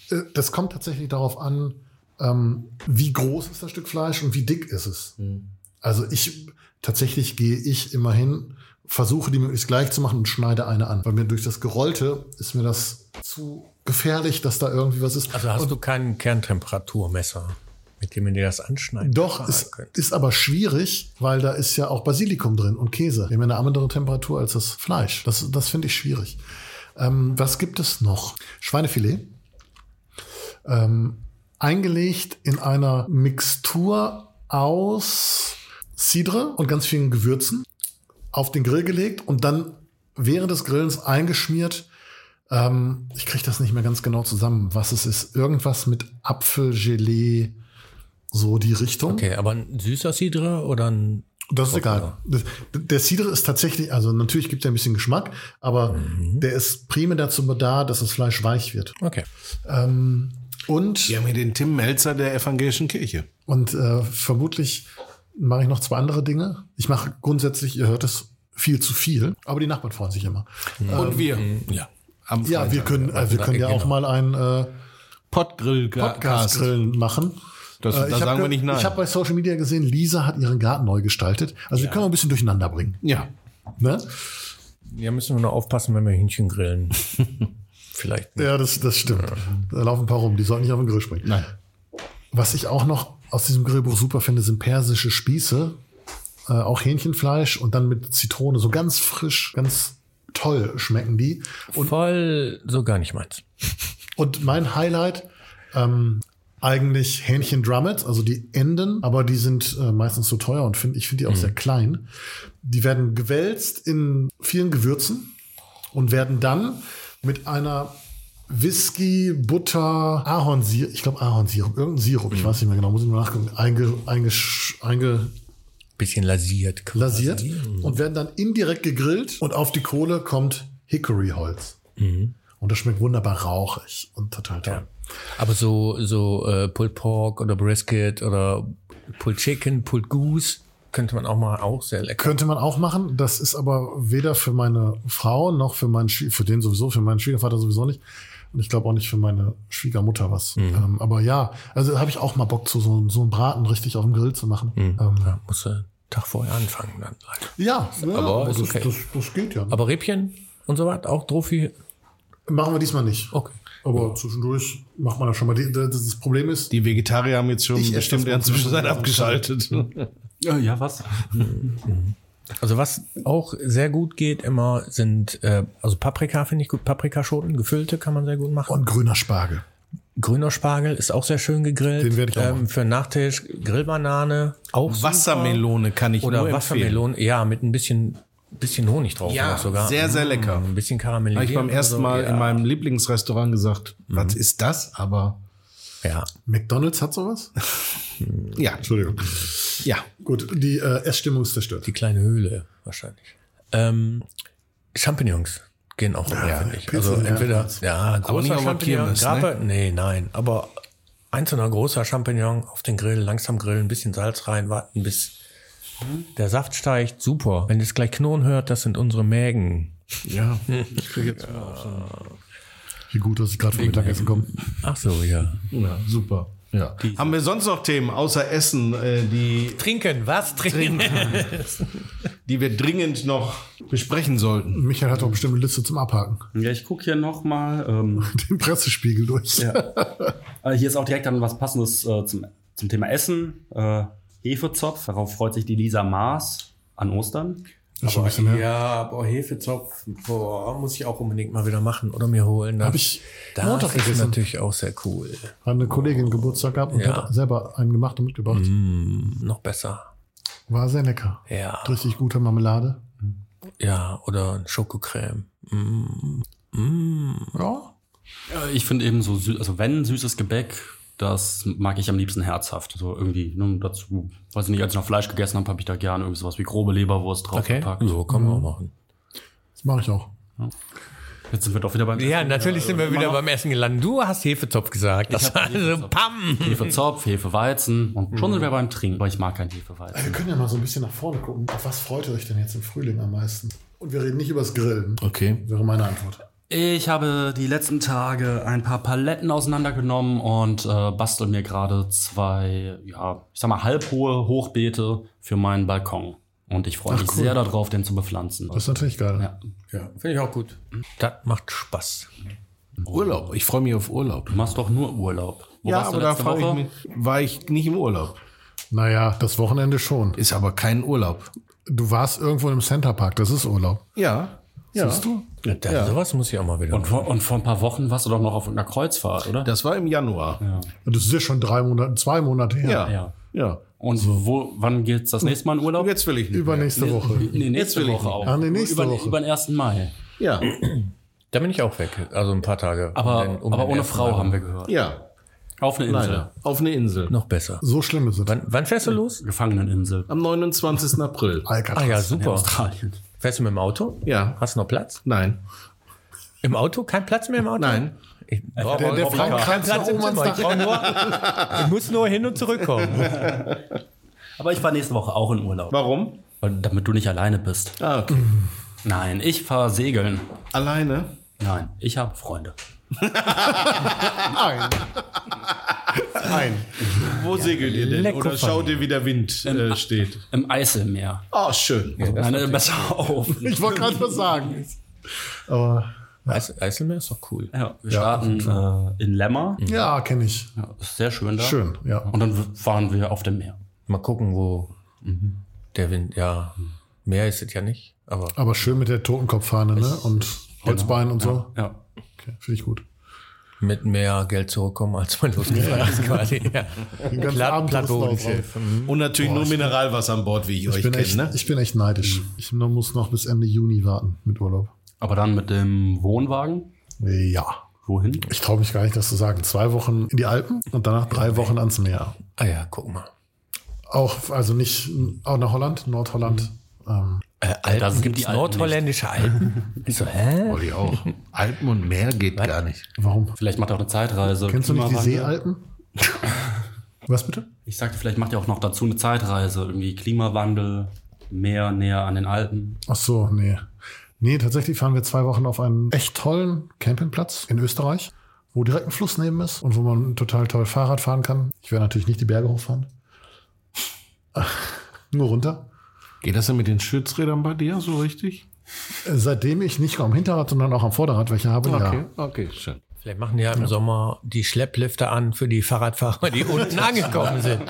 [SPEAKER 1] äh, das kommt tatsächlich darauf an, ähm, wie groß ist das Stück Fleisch und wie dick ist es.
[SPEAKER 5] Mhm.
[SPEAKER 1] Also ich tatsächlich gehe ich immer hin, versuche die möglichst gleich zu machen und schneide eine an. Weil mir durch das Gerollte ist mir das zu gefährlich, dass da irgendwie was ist.
[SPEAKER 5] Also hast du kein Kerntemperaturmesser, mit dem man dir das anschneiden
[SPEAKER 1] Doch,
[SPEAKER 5] kann?
[SPEAKER 1] es ist aber schwierig, weil da ist ja auch Basilikum drin und Käse. Wir haben ja eine andere Temperatur als das Fleisch. Das, das finde ich schwierig. Ähm, was gibt es noch? Schweinefilet. Ähm, eingelegt in einer Mixtur aus Cidre und ganz vielen Gewürzen auf den Grill gelegt und dann während des Grillens eingeschmiert. Ähm, ich kriege das nicht mehr ganz genau zusammen, was es ist. Irgendwas mit Apfelgelee, so die Richtung.
[SPEAKER 5] Okay, aber ein süßer Cidre oder ein.
[SPEAKER 1] Das ist egal. Das, der Cidre ist tatsächlich, also natürlich gibt er ein bisschen Geschmack, aber der ist primär dazu da, dass das Fleisch weich wird.
[SPEAKER 5] Okay.
[SPEAKER 1] Ähm, und
[SPEAKER 4] Die haben hier den Tim Melzer der evangelischen Kirche.
[SPEAKER 1] Und äh, vermutlich mache ich noch zwei andere Dinge. Ich mache grundsätzlich, ihr hört es, viel zu viel, aber die Nachbarn freuen sich immer.
[SPEAKER 4] Und wir.
[SPEAKER 5] Ja.
[SPEAKER 4] Am
[SPEAKER 1] Ja, wir
[SPEAKER 4] Freitag.
[SPEAKER 1] können, äh, wir können ja auch mal einen äh,
[SPEAKER 4] Pottgrill-Podcast.
[SPEAKER 1] Podcast-Grillen machen.
[SPEAKER 4] Das-
[SPEAKER 1] Äh,
[SPEAKER 4] da
[SPEAKER 1] ich hab
[SPEAKER 4] sagen wir
[SPEAKER 1] ge-
[SPEAKER 4] nicht nein.
[SPEAKER 1] Ich habe bei Social Media gesehen, Lisa hat ihren Garten neu gestaltet. Also wir können wir ein bisschen durcheinander bringen.
[SPEAKER 4] Ja.
[SPEAKER 1] Ne?
[SPEAKER 5] Ja, müssen wir nur aufpassen, wenn wir Hühnchen grillen. Vielleicht.
[SPEAKER 1] Ja, das, das stimmt. Da laufen ein paar rum, die sollen nicht auf den Grill springen.
[SPEAKER 4] Nein.
[SPEAKER 1] Was ich auch noch aus diesem Grillbuch super finde, sind persische Spieße. Äh, auch Hähnchenfleisch und dann mit Zitrone. So ganz frisch, ganz toll schmecken die.
[SPEAKER 5] Voll so gar nicht meins.
[SPEAKER 1] Und mein Highlight, ähm, eigentlich Hähnchen Drummets, also die Enden, aber die sind äh, meistens so teuer und find, ich finde die auch sehr klein. Die werden gewälzt in vielen Gewürzen und werden dann mit einer Whisky, Butter, Ahornsirup, ich glaube Ahornsirup, irgendein Sirup, ich weiß nicht mehr genau, muss ich mal nachgucken, einge, eingesch- einge,
[SPEAKER 5] Bisschen lasiert. quasi.
[SPEAKER 1] lasiert und werden dann indirekt gegrillt und auf die Kohle kommt Hickory-Holz. Und das schmeckt wunderbar rauchig und total toll.
[SPEAKER 5] Aber so, so äh, Pulled Pork oder Brisket oder Pulled Chicken, Pulled Goose könnte man auch mal auch sehr lecker.
[SPEAKER 1] Könnte man auch machen. Das ist aber weder für meine Frau noch für meinen Schwie- für den sowieso, für meinen Schwiegervater sowieso nicht. Und ich glaube auch nicht für meine Schwiegermutter was.
[SPEAKER 5] Mhm.
[SPEAKER 1] Ähm, aber ja, also habe ich auch mal Bock zu so, so einem Braten richtig auf dem Grill zu machen. Ähm,
[SPEAKER 5] Ja, musst du einen Tag vorher anfangen dann. leider.
[SPEAKER 1] ja, ja,
[SPEAKER 5] Aber
[SPEAKER 1] das,
[SPEAKER 5] ist okay.
[SPEAKER 1] das, das geht ja.
[SPEAKER 5] Aber Rippchen und so was, auch Trophy.
[SPEAKER 1] machen wir diesmal nicht.
[SPEAKER 5] Okay.
[SPEAKER 1] Aber zwischendurch macht man das schon mal. Die, das, das Problem ist,
[SPEAKER 4] Die Vegetarier haben jetzt schon
[SPEAKER 1] Ich esse
[SPEAKER 4] bestimmt
[SPEAKER 1] das Brot-
[SPEAKER 4] inzwischen abgeschaltet.
[SPEAKER 3] Ja, ja was?
[SPEAKER 5] Also was auch sehr gut geht immer sind, äh, also Paprika finde ich gut, Paprikaschoten, gefüllte kann man sehr gut machen.
[SPEAKER 1] und grüner Spargel.
[SPEAKER 5] Grüner Spargel ist auch sehr schön gegrillt.
[SPEAKER 1] Den werde ich auch machen.
[SPEAKER 5] ähm, Für einen Nachtisch Grillbanane, auch super.
[SPEAKER 4] Wassermelone kann ich
[SPEAKER 5] oder
[SPEAKER 4] nur empfehlen.
[SPEAKER 5] Wassermelone, ja, mit ein bisschen, bisschen Honig drauf
[SPEAKER 4] Ja,
[SPEAKER 5] noch sogar. Mm,
[SPEAKER 4] sehr, sehr lecker.
[SPEAKER 5] Ein bisschen
[SPEAKER 4] Habe
[SPEAKER 5] karamellisiert.
[SPEAKER 4] ich beim
[SPEAKER 5] oder
[SPEAKER 4] ersten
[SPEAKER 5] so.
[SPEAKER 4] Mal
[SPEAKER 5] ja.
[SPEAKER 4] in meinem Lieblingsrestaurant gesagt, was ist das? Aber
[SPEAKER 5] Ja.
[SPEAKER 1] McDonalds hat sowas?
[SPEAKER 4] ja,
[SPEAKER 1] Entschuldigung.
[SPEAKER 4] ja.
[SPEAKER 1] Gut, die äh, Essstimmung ist zerstört.
[SPEAKER 5] Die kleine Höhle wahrscheinlich. Ähm, Champignons gehen auch immer, finde ich.
[SPEAKER 1] Pilze
[SPEAKER 5] Also
[SPEAKER 1] sind ja
[SPEAKER 5] entweder
[SPEAKER 1] Pilze.
[SPEAKER 5] ja,
[SPEAKER 4] nicht
[SPEAKER 5] großer
[SPEAKER 4] auf der
[SPEAKER 5] Champignon,
[SPEAKER 4] Kirmes,
[SPEAKER 5] Grape, nee, nein, aber einzelner großer Champignon auf den Grill, langsam grillen, ein bisschen Salz rein, warten bis der Saft steigt, super. Wenn ihr es gleich knurren hört, das sind unsere Mägen.
[SPEAKER 4] ja.
[SPEAKER 1] Wie gut, dass ich gerade vom Mittagessen komme.
[SPEAKER 5] Ach so, ja.
[SPEAKER 4] Ja, super. Ja. Haben wir sonst noch Themen außer Essen, äh, die,
[SPEAKER 5] Trinken, was trinken?
[SPEAKER 4] die wir dringend noch besprechen sollten?
[SPEAKER 1] Michael hat doch bestimmt eine Liste zum Abhaken.
[SPEAKER 3] Ja, ich gucke hier nochmal. Ähm,
[SPEAKER 1] Den Pressespiegel durch.
[SPEAKER 3] äh, hier ist auch direkt dann was Passendes äh, zum, zum Thema Essen. Äh, Hefezopf, darauf freut sich die Lisa Maas an Ostern.
[SPEAKER 1] Ist schon ein bisschen her.
[SPEAKER 5] Ja, boah, Hefezopf, boah, muss ich auch unbedingt mal wieder machen oder mir holen. Hab
[SPEAKER 1] Habe ich
[SPEAKER 5] das
[SPEAKER 1] Montag
[SPEAKER 5] ist
[SPEAKER 1] gegessen.
[SPEAKER 5] natürlich auch sehr cool.
[SPEAKER 1] Hat eine Kollegin Geburtstag gehabt und
[SPEAKER 5] Ja.
[SPEAKER 1] hat selber einen gemacht und mitgebracht.
[SPEAKER 5] Mm, Noch besser.
[SPEAKER 1] War sehr lecker.
[SPEAKER 5] Ja.
[SPEAKER 1] Mit Richtig gute Marmelade.
[SPEAKER 5] Ja, oder ein Schokocreme.
[SPEAKER 1] Ja.
[SPEAKER 3] Äh, ich finde eben so, sü also wenn süßes Gebäck, das mag ich am liebsten herzhaft. So irgendwie ne, dazu, weiß ich nicht, als ich noch Fleisch gegessen habe, habe ich da gerne irgendwie sowas wie grobe Leberwurst draufgepackt.
[SPEAKER 5] So, kann man auch machen.
[SPEAKER 1] Das mache ich auch.
[SPEAKER 3] Jetzt sind wir doch wieder beim
[SPEAKER 5] Ja, natürlich sind wir wieder beim Essen gelandet. Du hast Hefezopf gesagt. Das war also Pam.
[SPEAKER 3] Hefezopf, Hefeweizen und schon sind wir beim Trinken, weil ich mag keinen Hefeweizen.
[SPEAKER 1] Wir können ja mal so ein bisschen nach vorne gucken. Auf was freut ihr euch denn jetzt im Frühling am meisten? Und wir reden nicht übers Grillen.
[SPEAKER 4] Okay.
[SPEAKER 1] Wäre meine Antwort.
[SPEAKER 3] Ich habe die letzten Tage ein paar Paletten auseinandergenommen und äh, bastel mir gerade zwei, ja, ich sag mal, halbhohe Hochbeete für meinen Balkon. Und ich freue mich sehr darauf, den zu bepflanzen.
[SPEAKER 1] Das ist natürlich geil.
[SPEAKER 3] Ja.
[SPEAKER 5] Ja, finde ich auch gut. Das macht Spaß.
[SPEAKER 4] Urlaub. Ich freue mich auf Urlaub.
[SPEAKER 3] Du machst doch nur Urlaub. Wo
[SPEAKER 4] ja,
[SPEAKER 3] warst du
[SPEAKER 4] aber da
[SPEAKER 3] letzte
[SPEAKER 4] frage ich
[SPEAKER 3] Woche?
[SPEAKER 4] mich, war ich nicht im Urlaub.
[SPEAKER 1] Naja, das Wochenende schon.
[SPEAKER 4] Ist aber kein Urlaub.
[SPEAKER 1] Du warst irgendwo im Centerpark, das ist Urlaub.
[SPEAKER 4] Ja.
[SPEAKER 1] Ja. Siehst du?
[SPEAKER 5] Ja, da- Sowas muss ich auch mal wieder.
[SPEAKER 3] Und vor, und vor ein paar Wochen warst du doch noch auf einer Kreuzfahrt, oder?
[SPEAKER 4] Das war im Januar. Ja.
[SPEAKER 1] Das ist ja schon drei Monate, zwei Monate her.
[SPEAKER 4] Ja.
[SPEAKER 3] ja. Und wo, wann geht's das nächste Mal in Urlaub?
[SPEAKER 4] Jetzt will ich nicht. mehr.
[SPEAKER 1] Übernächste Woche.
[SPEAKER 3] Nee, nächste
[SPEAKER 4] will ich
[SPEAKER 3] Woche
[SPEAKER 4] nicht.
[SPEAKER 3] auch.
[SPEAKER 1] Ah, nee, nächste
[SPEAKER 3] über,
[SPEAKER 1] Woche.
[SPEAKER 3] über den 1. Mai.
[SPEAKER 4] Ja.
[SPEAKER 5] da bin ich auch weg. Also ein paar Tage.
[SPEAKER 3] Aber,
[SPEAKER 5] Um den- um
[SPEAKER 3] aber
[SPEAKER 5] den
[SPEAKER 3] ohne
[SPEAKER 5] ersten
[SPEAKER 3] Frau
[SPEAKER 5] Mal.
[SPEAKER 3] haben wir gehört.
[SPEAKER 4] Ja.
[SPEAKER 3] Auf eine Insel.
[SPEAKER 4] Leider. Auf eine Insel.
[SPEAKER 5] Noch besser.
[SPEAKER 1] So schlimm ist es.
[SPEAKER 5] Wann, wann fährst du los?
[SPEAKER 3] Gefangeneninsel.
[SPEAKER 4] Am 29. April.
[SPEAKER 1] Alcatraz.
[SPEAKER 5] Ah ja, super.
[SPEAKER 3] Australien.
[SPEAKER 5] Fährst du mit dem Auto?
[SPEAKER 4] Ja.
[SPEAKER 5] Hast du noch Platz?
[SPEAKER 4] Nein.
[SPEAKER 5] Im Auto? Kein Platz mehr im Auto?
[SPEAKER 4] Nein.
[SPEAKER 5] Ich brauch,
[SPEAKER 1] Der, der
[SPEAKER 5] brauch-
[SPEAKER 1] Frank
[SPEAKER 5] brauch keinen
[SPEAKER 1] kranzt nach
[SPEAKER 5] Platz im
[SPEAKER 1] oben ans
[SPEAKER 5] Zimmer. Ich, brauch
[SPEAKER 1] Dach.
[SPEAKER 5] nur, ich muss nur hin und zurückkommen.
[SPEAKER 3] Aber ich fahre nächste Woche auch in Urlaub.
[SPEAKER 4] Warum?
[SPEAKER 3] Weil- Damit du nicht alleine bist.
[SPEAKER 4] Ah, okay.
[SPEAKER 3] Nein, ich fahre segeln.
[SPEAKER 4] Alleine?
[SPEAKER 3] Nein, ich habe Freunde.
[SPEAKER 1] Ein. Ein.
[SPEAKER 4] Wo segelt ihr denn?
[SPEAKER 5] lecker
[SPEAKER 4] Oder schaut ihr, wie der Wind äh, steht?
[SPEAKER 3] Im Eiselmeer.
[SPEAKER 4] Oh, schön.
[SPEAKER 3] Nein, besser auf.
[SPEAKER 1] Ich wollte gerade was sagen. Aber
[SPEAKER 5] Eis, Eiselmeer ist doch cool.
[SPEAKER 3] Ja, wir starten äh, in Lämmer.
[SPEAKER 1] ja, kenne ich.
[SPEAKER 3] Ja, ist sehr schön da.
[SPEAKER 1] Schön, ja.
[SPEAKER 3] Und dann w- fahren wir auf dem Meer.
[SPEAKER 5] Mal gucken, wo der Wind, ja, mehr ist es ja nicht, aber
[SPEAKER 1] Aber schön mit der Totenkopffahne ne? und Holzbein und so.
[SPEAKER 3] Ja.
[SPEAKER 1] Okay, Finde ich gut.
[SPEAKER 5] mit mehr Geld zurückkommen, als man losgefahren ist quasi. Ja.
[SPEAKER 1] Den ganzen
[SPEAKER 5] Platt,
[SPEAKER 1] Abend
[SPEAKER 5] Plattbogen
[SPEAKER 1] Lust drauf.
[SPEAKER 4] Und natürlich nur Mineralwasser an Bord, wie ich, euch
[SPEAKER 1] Ich bin,
[SPEAKER 4] kenne.
[SPEAKER 1] echt,
[SPEAKER 4] Ne?
[SPEAKER 1] ich bin echt neidisch. Ich noch- muss noch bis Ende Juni warten mit Urlaub.
[SPEAKER 3] Aber dann mit dem Wohnwagen.
[SPEAKER 1] Ja.
[SPEAKER 3] Wohin?
[SPEAKER 1] Ich traue mich gar nicht, das zu sagen. Zwei Wochen in die Alpen und danach drei Wochen ans Meer.
[SPEAKER 5] Ah ja, guck mal.
[SPEAKER 1] Auch, also nicht, auch nach Holland, Nordholland. Ähm,
[SPEAKER 5] Äh, Alpen,
[SPEAKER 3] Da sind
[SPEAKER 5] gibt's
[SPEAKER 3] die Alpen
[SPEAKER 5] nordholländische Alpen. Ich so, hä?
[SPEAKER 4] Wollte ich auch. Alpen und Meer geht gar nicht.
[SPEAKER 1] warum?
[SPEAKER 3] Vielleicht macht er auch eine Zeitreise.
[SPEAKER 1] Kennst du nicht die
[SPEAKER 3] Klimawandel.
[SPEAKER 1] Seealpen? Was bitte?
[SPEAKER 3] Ich sagte, vielleicht macht er auch noch dazu eine Zeitreise. Irgendwie Klimawandel, Meer näher an den Alpen.
[SPEAKER 1] Ach so, nee. Nee, tatsächlich fahren wir zwei Wochen auf einen echt tollen Campingplatz in Österreich, wo direkt ein Fluss neben ist und wo man total toll Fahrrad fahren kann. Ich werde natürlich nicht die Berge hochfahren. Nur runter.
[SPEAKER 4] Geht das denn mit den Schützrädern bei dir so richtig?
[SPEAKER 1] Äh, Seitdem ich nicht nur am Hinterrad, sondern auch am Vorderrad welche habe, ja.
[SPEAKER 4] okay, schön.
[SPEAKER 5] Vielleicht machen die ja im Sommer die Schlepplifter an für die Fahrradfahrer, die unten angekommen sind.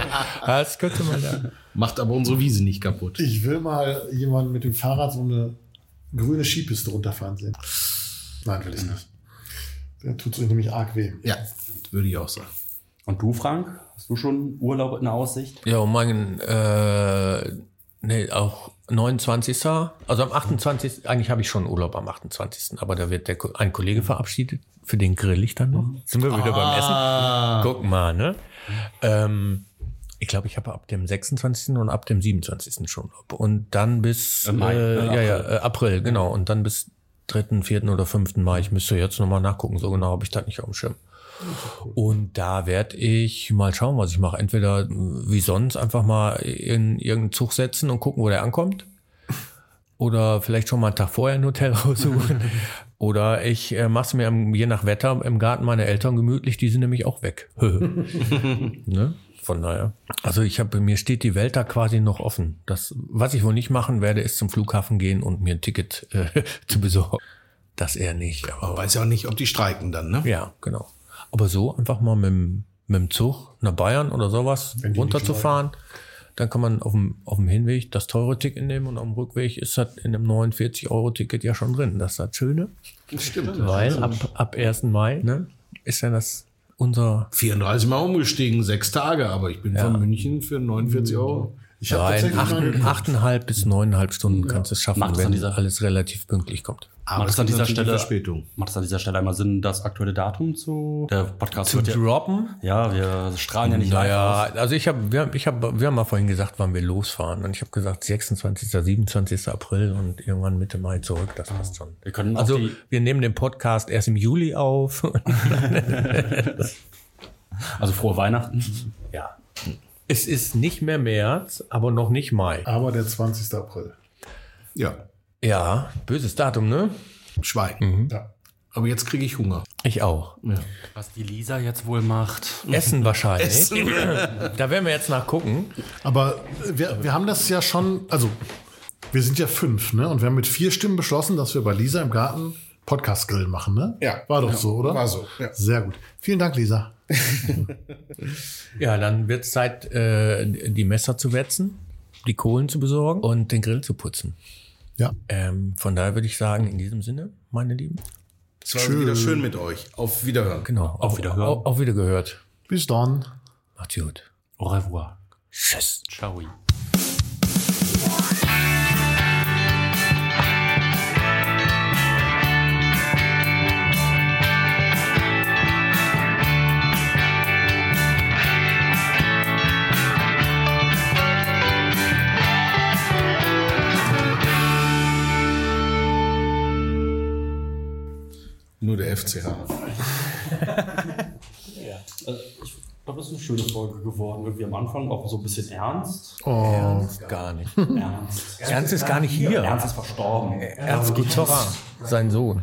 [SPEAKER 5] Das könnte man sagen.
[SPEAKER 4] Macht aber unsere Wiese nicht kaputt.
[SPEAKER 1] Ich will mal jemanden mit dem Fahrrad so eine grüne Skipiste runterfahren sehen. Nein, will ich nicht. Der tut sich nämlich arg weh.
[SPEAKER 4] Ja, würde ich auch sagen.
[SPEAKER 3] Und du, Frank? Hast du schon Urlaub in Aussicht?
[SPEAKER 5] Ja, und mein, äh, nee, auch 29. Also am 28. Eigentlich habe ich schon Urlaub am 28. Aber da wird der, Ko- ein Kollege verabschiedet. Für den grill ich dann noch. Sind wir wieder beim Essen? Guck mal, ne? Ähm, ich glaube, ich habe ab dem 26. und ab dem 27. schon Urlaub. Und dann bis
[SPEAKER 3] Im Mai,
[SPEAKER 5] äh,
[SPEAKER 3] ne?
[SPEAKER 5] ja, ja, äh, April, genau. Und dann bis 3., 4. oder 5. Mai. Ich müsste jetzt nochmal nachgucken. So genau habe ich das nicht auf dem Schirm. Und da werde ich mal schauen, was ich mache. Entweder äh, wie sonst einfach mal in irgendeinen Zug setzen und gucken, wo der ankommt. Oder vielleicht schon mal einen Tag vorher ein Hotel raussuchen. Oder ich äh, mache es mir am- je nach Wetter im Garten meiner Eltern gemütlich. Die sind nämlich auch weg. ne? Von daher. Also ich habe, mir steht die Welt da quasi noch offen. Das, was ich wohl nicht machen werde, ist zum Flughafen gehen und mir ein Ticket äh, zu besorgen. Das eher nicht. Aber
[SPEAKER 4] Weiß ja auch nicht, ob die streiken dann, ne?
[SPEAKER 5] ja, genau. Aber so einfach mal mit, dem- mit dem Zug nach Bayern oder sowas runterzufahren, dann kann man auf dem, auf dem Hinweg das teure Ticket nehmen und auf dem Rückweg ist das in einem 49-Euro-Ticket ja schon drin. Das ist das Schöne.
[SPEAKER 4] Stimmt.
[SPEAKER 5] Weil ab, ab 1. Mai ne, ist dann das unser
[SPEAKER 4] 34 Mal umgestiegen, sechs Tage, aber ich bin von München für 49 Euro.
[SPEAKER 1] Ich hab
[SPEAKER 5] rein.
[SPEAKER 1] tatsächlich mal-
[SPEAKER 5] 8,5 bis 9,5 Stunden kannst du es schaffen,
[SPEAKER 3] Macht's an
[SPEAKER 5] wenn
[SPEAKER 3] dieser-
[SPEAKER 5] alles relativ pünktlich kommt.
[SPEAKER 4] Aber
[SPEAKER 3] macht es an dieser
[SPEAKER 4] natürlich
[SPEAKER 3] Stelle
[SPEAKER 4] Verspätung.
[SPEAKER 3] Macht es an dieser Stelle einmal Sinn, das aktuelle Datum zu. Der Podcast
[SPEAKER 5] Zu
[SPEAKER 3] wird ja.
[SPEAKER 5] droppen
[SPEAKER 3] Ja, wir strahlen ja nicht live.
[SPEAKER 5] Naja, also ich habe, wir, haben- ich hab, wir haben mal vorhin gesagt, wann wir losfahren. Und ich habe gesagt, 26., 27. April und irgendwann Mitte Mai zurück. Das passt schon.
[SPEAKER 3] Wir können auch
[SPEAKER 5] also
[SPEAKER 3] die-
[SPEAKER 5] wir nehmen den Podcast erst im Juli auf.
[SPEAKER 3] aus. Also frohe Weihnachten.
[SPEAKER 5] ja. Es ist nicht mehr März, aber noch nicht Mai.
[SPEAKER 1] Aber der 20. April.
[SPEAKER 4] Ja,
[SPEAKER 5] Ja, böses Datum, ne?
[SPEAKER 4] schweigen.
[SPEAKER 1] Ja.
[SPEAKER 4] Aber jetzt kriege ich Hunger.
[SPEAKER 5] Ich auch.
[SPEAKER 3] Was die Lisa jetzt wohl macht.
[SPEAKER 5] Essen wahrscheinlich. Da werden wir jetzt nachgucken.
[SPEAKER 1] Aber wir, wir haben das ja schon, also wir sind ja fünf, ne? Und wir haben mit vier Stimmen beschlossen, dass wir bei Lisa im Garten Podcast Grill machen, ne?
[SPEAKER 4] Ja.
[SPEAKER 1] War doch so, oder?
[SPEAKER 4] war so, ja.
[SPEAKER 1] Sehr gut. Vielen Dank, Lisa.
[SPEAKER 5] Ja, dann wird es Zeit, äh, die Messer zu wetzen, die Kohlen zu besorgen und den Grill zu putzen.
[SPEAKER 1] Ja.
[SPEAKER 5] Ähm, von daher würde ich sagen, in diesem Sinne, meine Lieben.
[SPEAKER 4] Es war schön. wieder schön mit euch. Auf Wiederhören.
[SPEAKER 5] Genau. Auf
[SPEAKER 3] Wiederhören.
[SPEAKER 5] Auf, auf wieder gehört.
[SPEAKER 1] Bis dann.
[SPEAKER 5] Macht's gut.
[SPEAKER 3] Au revoir.
[SPEAKER 5] Tschüss.
[SPEAKER 3] Ciao.
[SPEAKER 4] Nur der FCH.
[SPEAKER 3] äh, Ich glaube, das ist eine schöne Folge geworden. Irgendwie am Anfang auch so ein bisschen ernst.
[SPEAKER 1] Oh,
[SPEAKER 5] Gar nicht.
[SPEAKER 3] Ernst.
[SPEAKER 5] Ernst ist gar nicht hier.
[SPEAKER 3] Ernst ist verstorben.
[SPEAKER 5] Ernst Gitorra, sein Sohn.